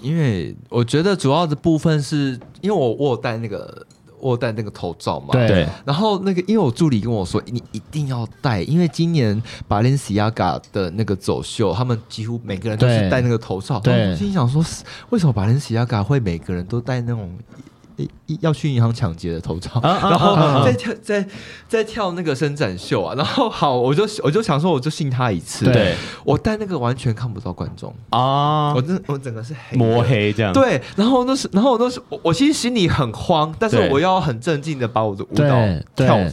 因为我觉得主要的部分是因为我我有戴那个我有戴那个头罩嘛，
对
对，
然后那个，因为我助理跟我说，你一定要戴，因为今年 Balenciaga 的那个走秀，他们几乎每个人都是
对
戴那个头罩。
对
我心想说，是为什么 Balenciaga 会每个人都戴那种一一要去银行抢劫的头罩？然后再跳再再跳那个伸展秀啊！然后好，我就我就想说，我就信他一次。
对，
我戴那个完全看不到观众，
啊
我，真我整个是黑的
摸黑这样。
对，然后那是，然后那是，我我其实心里很慌，但是
对
我要很镇静的把我的舞蹈
对对
跳的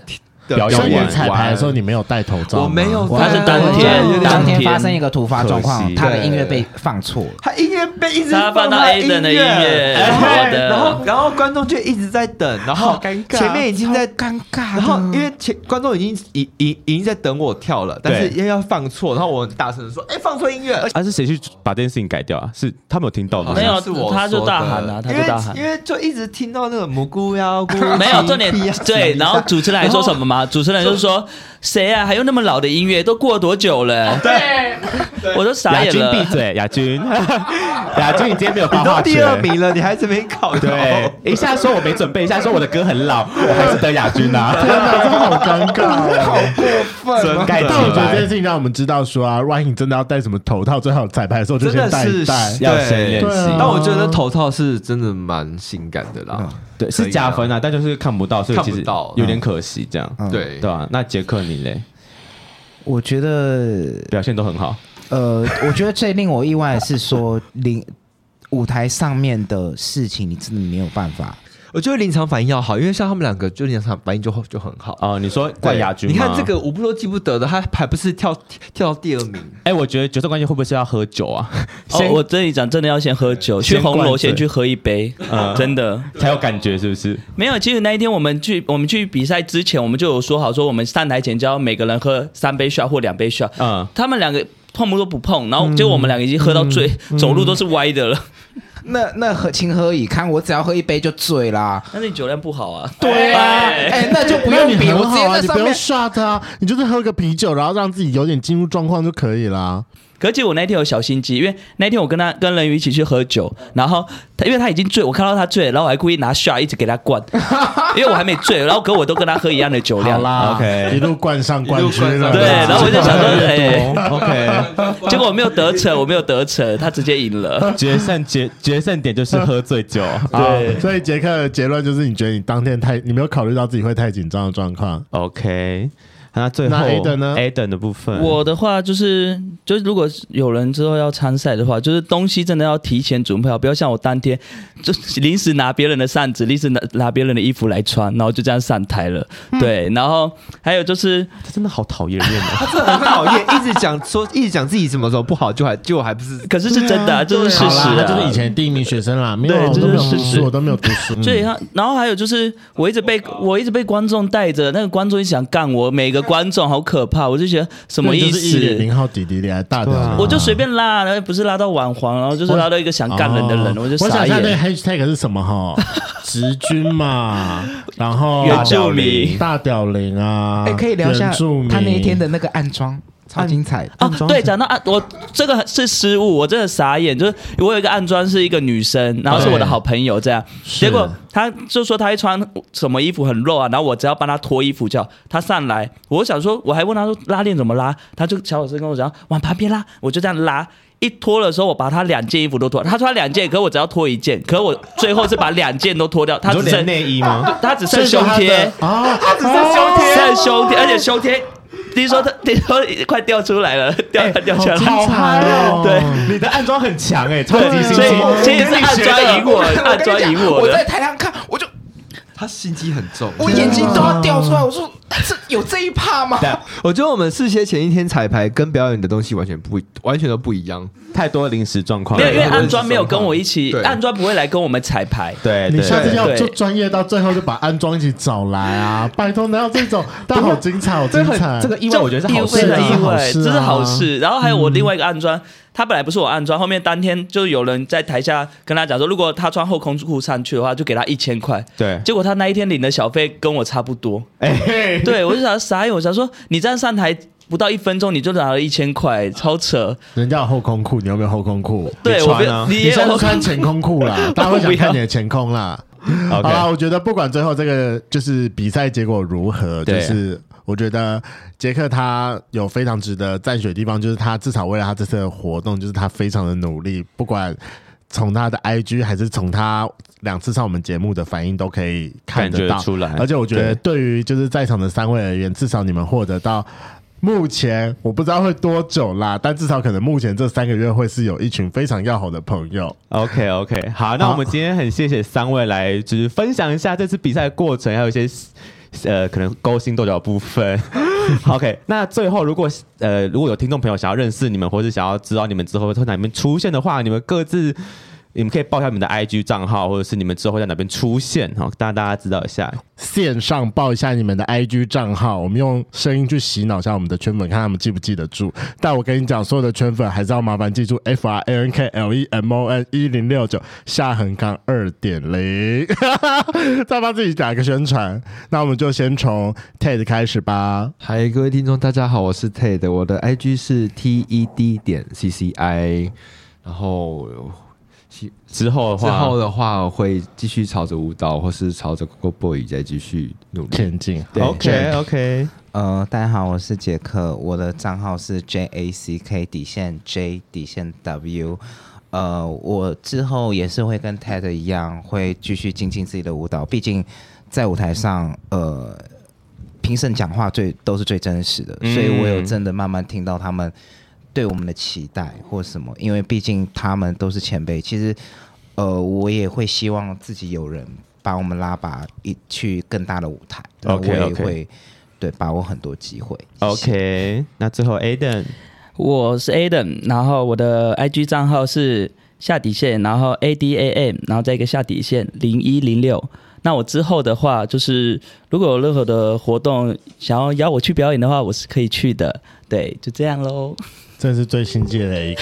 表演
所以
完
你彩排的时候你没有戴头罩吗，
我没有
他是当天
有点
当
当
天
天发生一个突发状
可
况
惜，
他的音乐被放错了。
他音乐被一直
他放到
他音
Aiden 的音乐
哎
我的
然后然后观众就一直在等，
哦
然后尴尬，前面已经在尴尬，然后因为前观众已经已已已经在等我跳了，但是
对
又要放错，然后我很大声的说，哎，放错音乐，
啊，是谁去把这件事情改掉啊？是他们有听到的吗？
没有
是我
他就
说
大
的
喊啊他就
因为
大喊
因为就一直听到那个蘑菇呀，菇
没有
鸡
重点
屁呀，啊
对，然后主持人还说
然后
什么吗？主持人就说：“谁啊，还用那么老的音乐？都过多 久了？”对， 我都傻
亚
眼
军
了
闭。嘴，亚军，亚军，你今天 没有
你
发
都
话
第二
权。
名了，你还这边考
对，一下说我没准备，一下说我的歌很老，我还是得亚军呐、
天
啊。
哪，这 好尴尬哦。
啊
真盖
但我觉得
起
这
来
件事情让我们知道说啊，万一你真的要戴什么头套，最好彩排的时候就
真
先
的
戴一
是
戴。
要先练
对
习
啊，
但我觉得头套是真的蛮性感的啦。
嗯
对，是加分啊，但就是看不到，所以其
看
实
不到
有点可惜，这样，
嗯
对啊
对，吧、啊那杰克你嘞，
我觉得
表现都很好，
呃，我觉得最令我意外的是说，临舞台上面的事情，你真的没有办法。
我觉得临场反应要好，因为像他们两个就临场反应就就很好。
哦、你说冠亚军，
你看这，个舞步都记不得的，他还不是跳跳到第二 名？
哎、我觉得决赛冠军会不会是要喝酒啊？
哦，我这一场真的要先喝酒，去
先
红
灌
楼
醉
先去喝一杯，
嗯
真的。
才有感觉，是不是？
没有，其实那一天我们去我们去比赛之前，我们就有说好，说我们上台前就要每个人喝三杯 shot 或两杯 shot。
嗯，
他们两个碰都不碰，然后结果我们两个已经喝到醉，
嗯
走路都是歪的了。
那那何情何以堪？我只要喝一杯就醉啦。
但是你酒量不好啊。
对啊，哎、那就不
那
用
你
比，我
很
直
好啊，
接在
你
上
不用
面。
shot 啊，你就是喝个啤酒，然后让自己有点进入状况就可以啦。
可是我那天有小心机，因为那天我跟他跟人鱼一起去喝酒，然后他因为他已经醉，我看到他醉了，然后我还故意拿 shot 一直给他 灌，因为我还没醉，然后可我都跟他喝一样的酒量。
啦
OK
一路冠上冠
一
军
路
了。
冠上
对，然后我就想说，哎、
o k
结果我没有得逞，我没有得逞，他直接赢了。
决胜决决胜点就是喝醉酒，啊
对，所以杰克的结论就是，你觉得你当天太，你没有考虑到自己会太紧张的状况。
OK，那最后
那 Aiden 呢
a d e n 的部分，
我的话就是，就是如果有人之后要参赛的话，就是东西真的要提前准备好，不要像我当天就临时拿别人的扇子，临时拿拿别人的衣服来穿，然后就这样上台了。对，然后还有就是，
他真的好讨厌人 哦。
这很讨厌，一直讲说，一直讲自己怎么怎么不好，就还就还不是
可是是真的、啊，这是事
好
实、
啦，
啊。
他就是以前第一名学生啦，没有，
对
我都没有
这
读
就是事实
书，我都没有读书。
所以他，然后还有就是，我一直被我一直被观众带着，那个观众一直想干我，每个观众好可怕，我就觉得什
什
么意
就是一脸
思？
零号弟弟脸，大屌脸。
啊我就随便拉，然后不是拉到网黄，然后就是拉到一个想干人的人，
哦
我就
我
傻
想一下那
眼。
hashtag 是什么哈？ 直军嘛，然后
原住民
大屌林啊，
哎，可以聊一下
原住民
他那一天的那个暗装，超精彩的。
啊，对，讲到啊，我这个是失误，我真的傻眼，就是我有一个暗装是一个女生，然后是我的好朋友这样，结果她就说她会穿什么衣服很露啊，然后我只要帮她脱衣服就好，她上来，我想说我还问她说拉链怎么拉，她就小小声跟我讲往旁边拉，我就这样拉。一脱的时候，我把她两件衣服都脱，她穿两件，可我只要脱一件，可我最后是把两件都脱掉，她
你
只
说
剩
连内衣吗？
她只剩胸贴，
啊，
剩胸贴，而且胸贴，听说她 听说快掉出来了，掉掉出来了，
好嗨哦！
对，
你的暗装很强
欸
哎，超级
对，
心
所以
哦
机。
所以是暗抓赢我，暗抓赢我
我在
的。
台上看，我就
他心机很重。
我眼睛都要掉出来，我说这有这一趴吗？
我觉得我们事先前一天彩排跟表演的东西完全不完全都不一样。
太多临时状况
没
了，
有，因为暗装没有跟我一起
对，
暗装不会来跟我们彩排。
对
你下
对
次要
对
就专业到最后就把安装一起找来啊！拜托，哪有这种？但好精彩，好精彩！
意外，我觉得是好
非
事嗯
啊
常意外，
是啊
这是好事。然后还有我另外一个暗装，他本来不是我暗装，后面当天就有人在台下跟他讲说，如果他穿后空裤上去的话，就给他一千块。
对，
结果他那一天领的小费跟我差不多，
哎嘿，
对我就想傻眼，我想说你这样上台不到一分钟你就拿了一千块，超扯。
人家有后空裤，你有没有后空裤？
对
你
我
穿
被
啊
你
你
也
现在
有
是穿前空裤 啦，大家会想看你的前空啦。好
OK，
啦，我觉得不管最后这个就是比赛结果如何，就
对
是我觉得杰克他有非常值得赞许的地方，就是他至少为了他这次的活动，就是他非常的努力，不管从他的 IG 还是从他两次上我们节目的反应都可以看
感
得
觉
到。
出来，
而且我觉得
对
对于就是在场的三位而言，至少你们获得到。目前我不知道会多久啦，但至少可能目前这三个月会是有一群非常要好的朋友。
OK OK，好，那
好
我们今天很谢谢三位来，就是分享一下这次比赛的过程，还有一些呃可能勾心斗角的部分。OK，那最后如果呃如果有听众朋友想要认识你们，或是想要知道你们之后会在哪边出现的话，你们各自你们可以报一下你们的 IG 账号，或者是你们之后会在哪边出现，
嗯
好，大家大家知道一下。
线上报一下你们的 IG 账号，我们用声音去洗脑一下我们的圈粉，看他们记不记得住。但我跟你讲，所有的圈粉还是要麻烦记住 F R A N K L E M O N 一零六九下横杠二点零， 再帮自己打个宣传。那我们就先从 TED 开始吧。
嗨，各位听众，大家好，我是 Ted，我的 IG 是 T E D 点 C C I，然后希
之后的
之
话，
后的话我会继续朝着舞蹈或是朝着 Go Boy 再继续努力。
前进，
OK OK，
呃，大家好，我是杰克，我的账号是 J A C K 底线 J 底线 W。呃，我之后也是会跟 Ted 一样，会继续精进自己的舞蹈，毕竟在舞台上，呃，评审讲话最都是最真实的，所以我有
嗯
真的慢慢听到他们对我们的期待或什么，因为毕竟他们都是前辈，其实呃，我也会希望自己有人把我们拉拔一去更大的舞台。对
OK，
我也
OK
会对把握很多机会。谢谢
OK，那最后 Aden
我是 Adam，然后我的 IG 账号是下底线，然后 A D A M，然后再一个下底线零一零六。那我之后的话，就是如果有任何的活动想要邀我去表演的话，我是可以去的。对，就这样喽。
这是最新界的一个。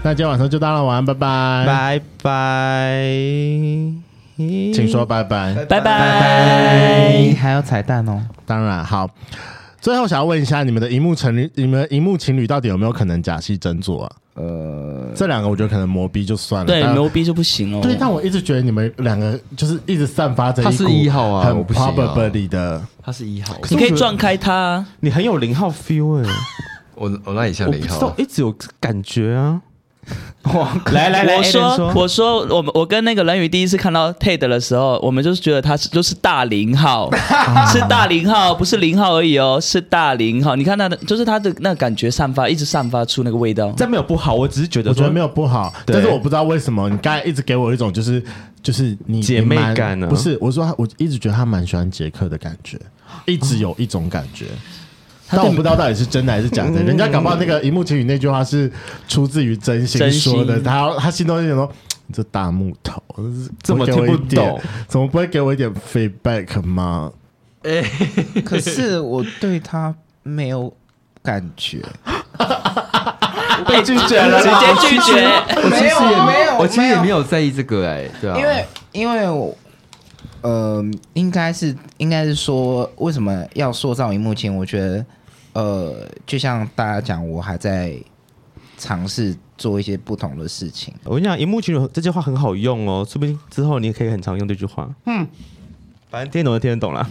那今天晚上就到了，晚安，拜拜，
拜拜。
请说拜拜。
拜拜。
哎还有彩蛋哦。
当然好，最后想要问一下你们的荧幕情侣，你们荧幕情侣到底有没有可能假戏真做啊？呃，这两个我觉得可能磨逼就算了。
对，
但
牛逼就不行哦。
对，但我一直觉得你们两个就是一直散发着
他
一
是
股
一号啊
很
我不行啊
probably 的。
他是一号，
可是
你可以
我觉得
撞开他，
你很有零号 feel 哎、
我我那一下
我
零
不知
号
道，，一 直有感觉 啊。 来来来，
我
Aiden
说
说
我说我们我跟那个蓝宇第一次看到 Ted 的时候，我们就是觉得他是就是大 零号，是大零号，不是零号而已哦，是大零号。你看他的就是他的那个感觉散发，一直散发出那个味道。
这没有不好，我只是觉得
我觉得没
有
有不好，
对
但是我不知道为什么你刚才一直给我一种就是就是你
姐妹感
呢、
啊
不是，我说他我一直觉得他蛮喜欢杰克的感觉，一直有一种感觉。但我不知道到底是真的还是假
嗯
的，人家搞不好那个荧幕情侣那句话是出自于真心
真
说的，
心
他他心中就想说，你这大木头
这么
给我一
听不
点
懂，
怎么不会给我一点 feedback 吗？
可是我对他没有感觉，
被拒绝了
直
啦，
接拒绝。
没有没有
我其实也没有在意这个哎、对啊，
因为因为我，呃，应该是应该是说，为什么要塑造荧幕前？我觉得，呃，就像大家讲，我还在尝试做一些不同的事情。
我跟你讲，荧幕群这句话很好用哦，说不定之后你也可以很常用这句话。嗯，反正听得懂就听得懂啦。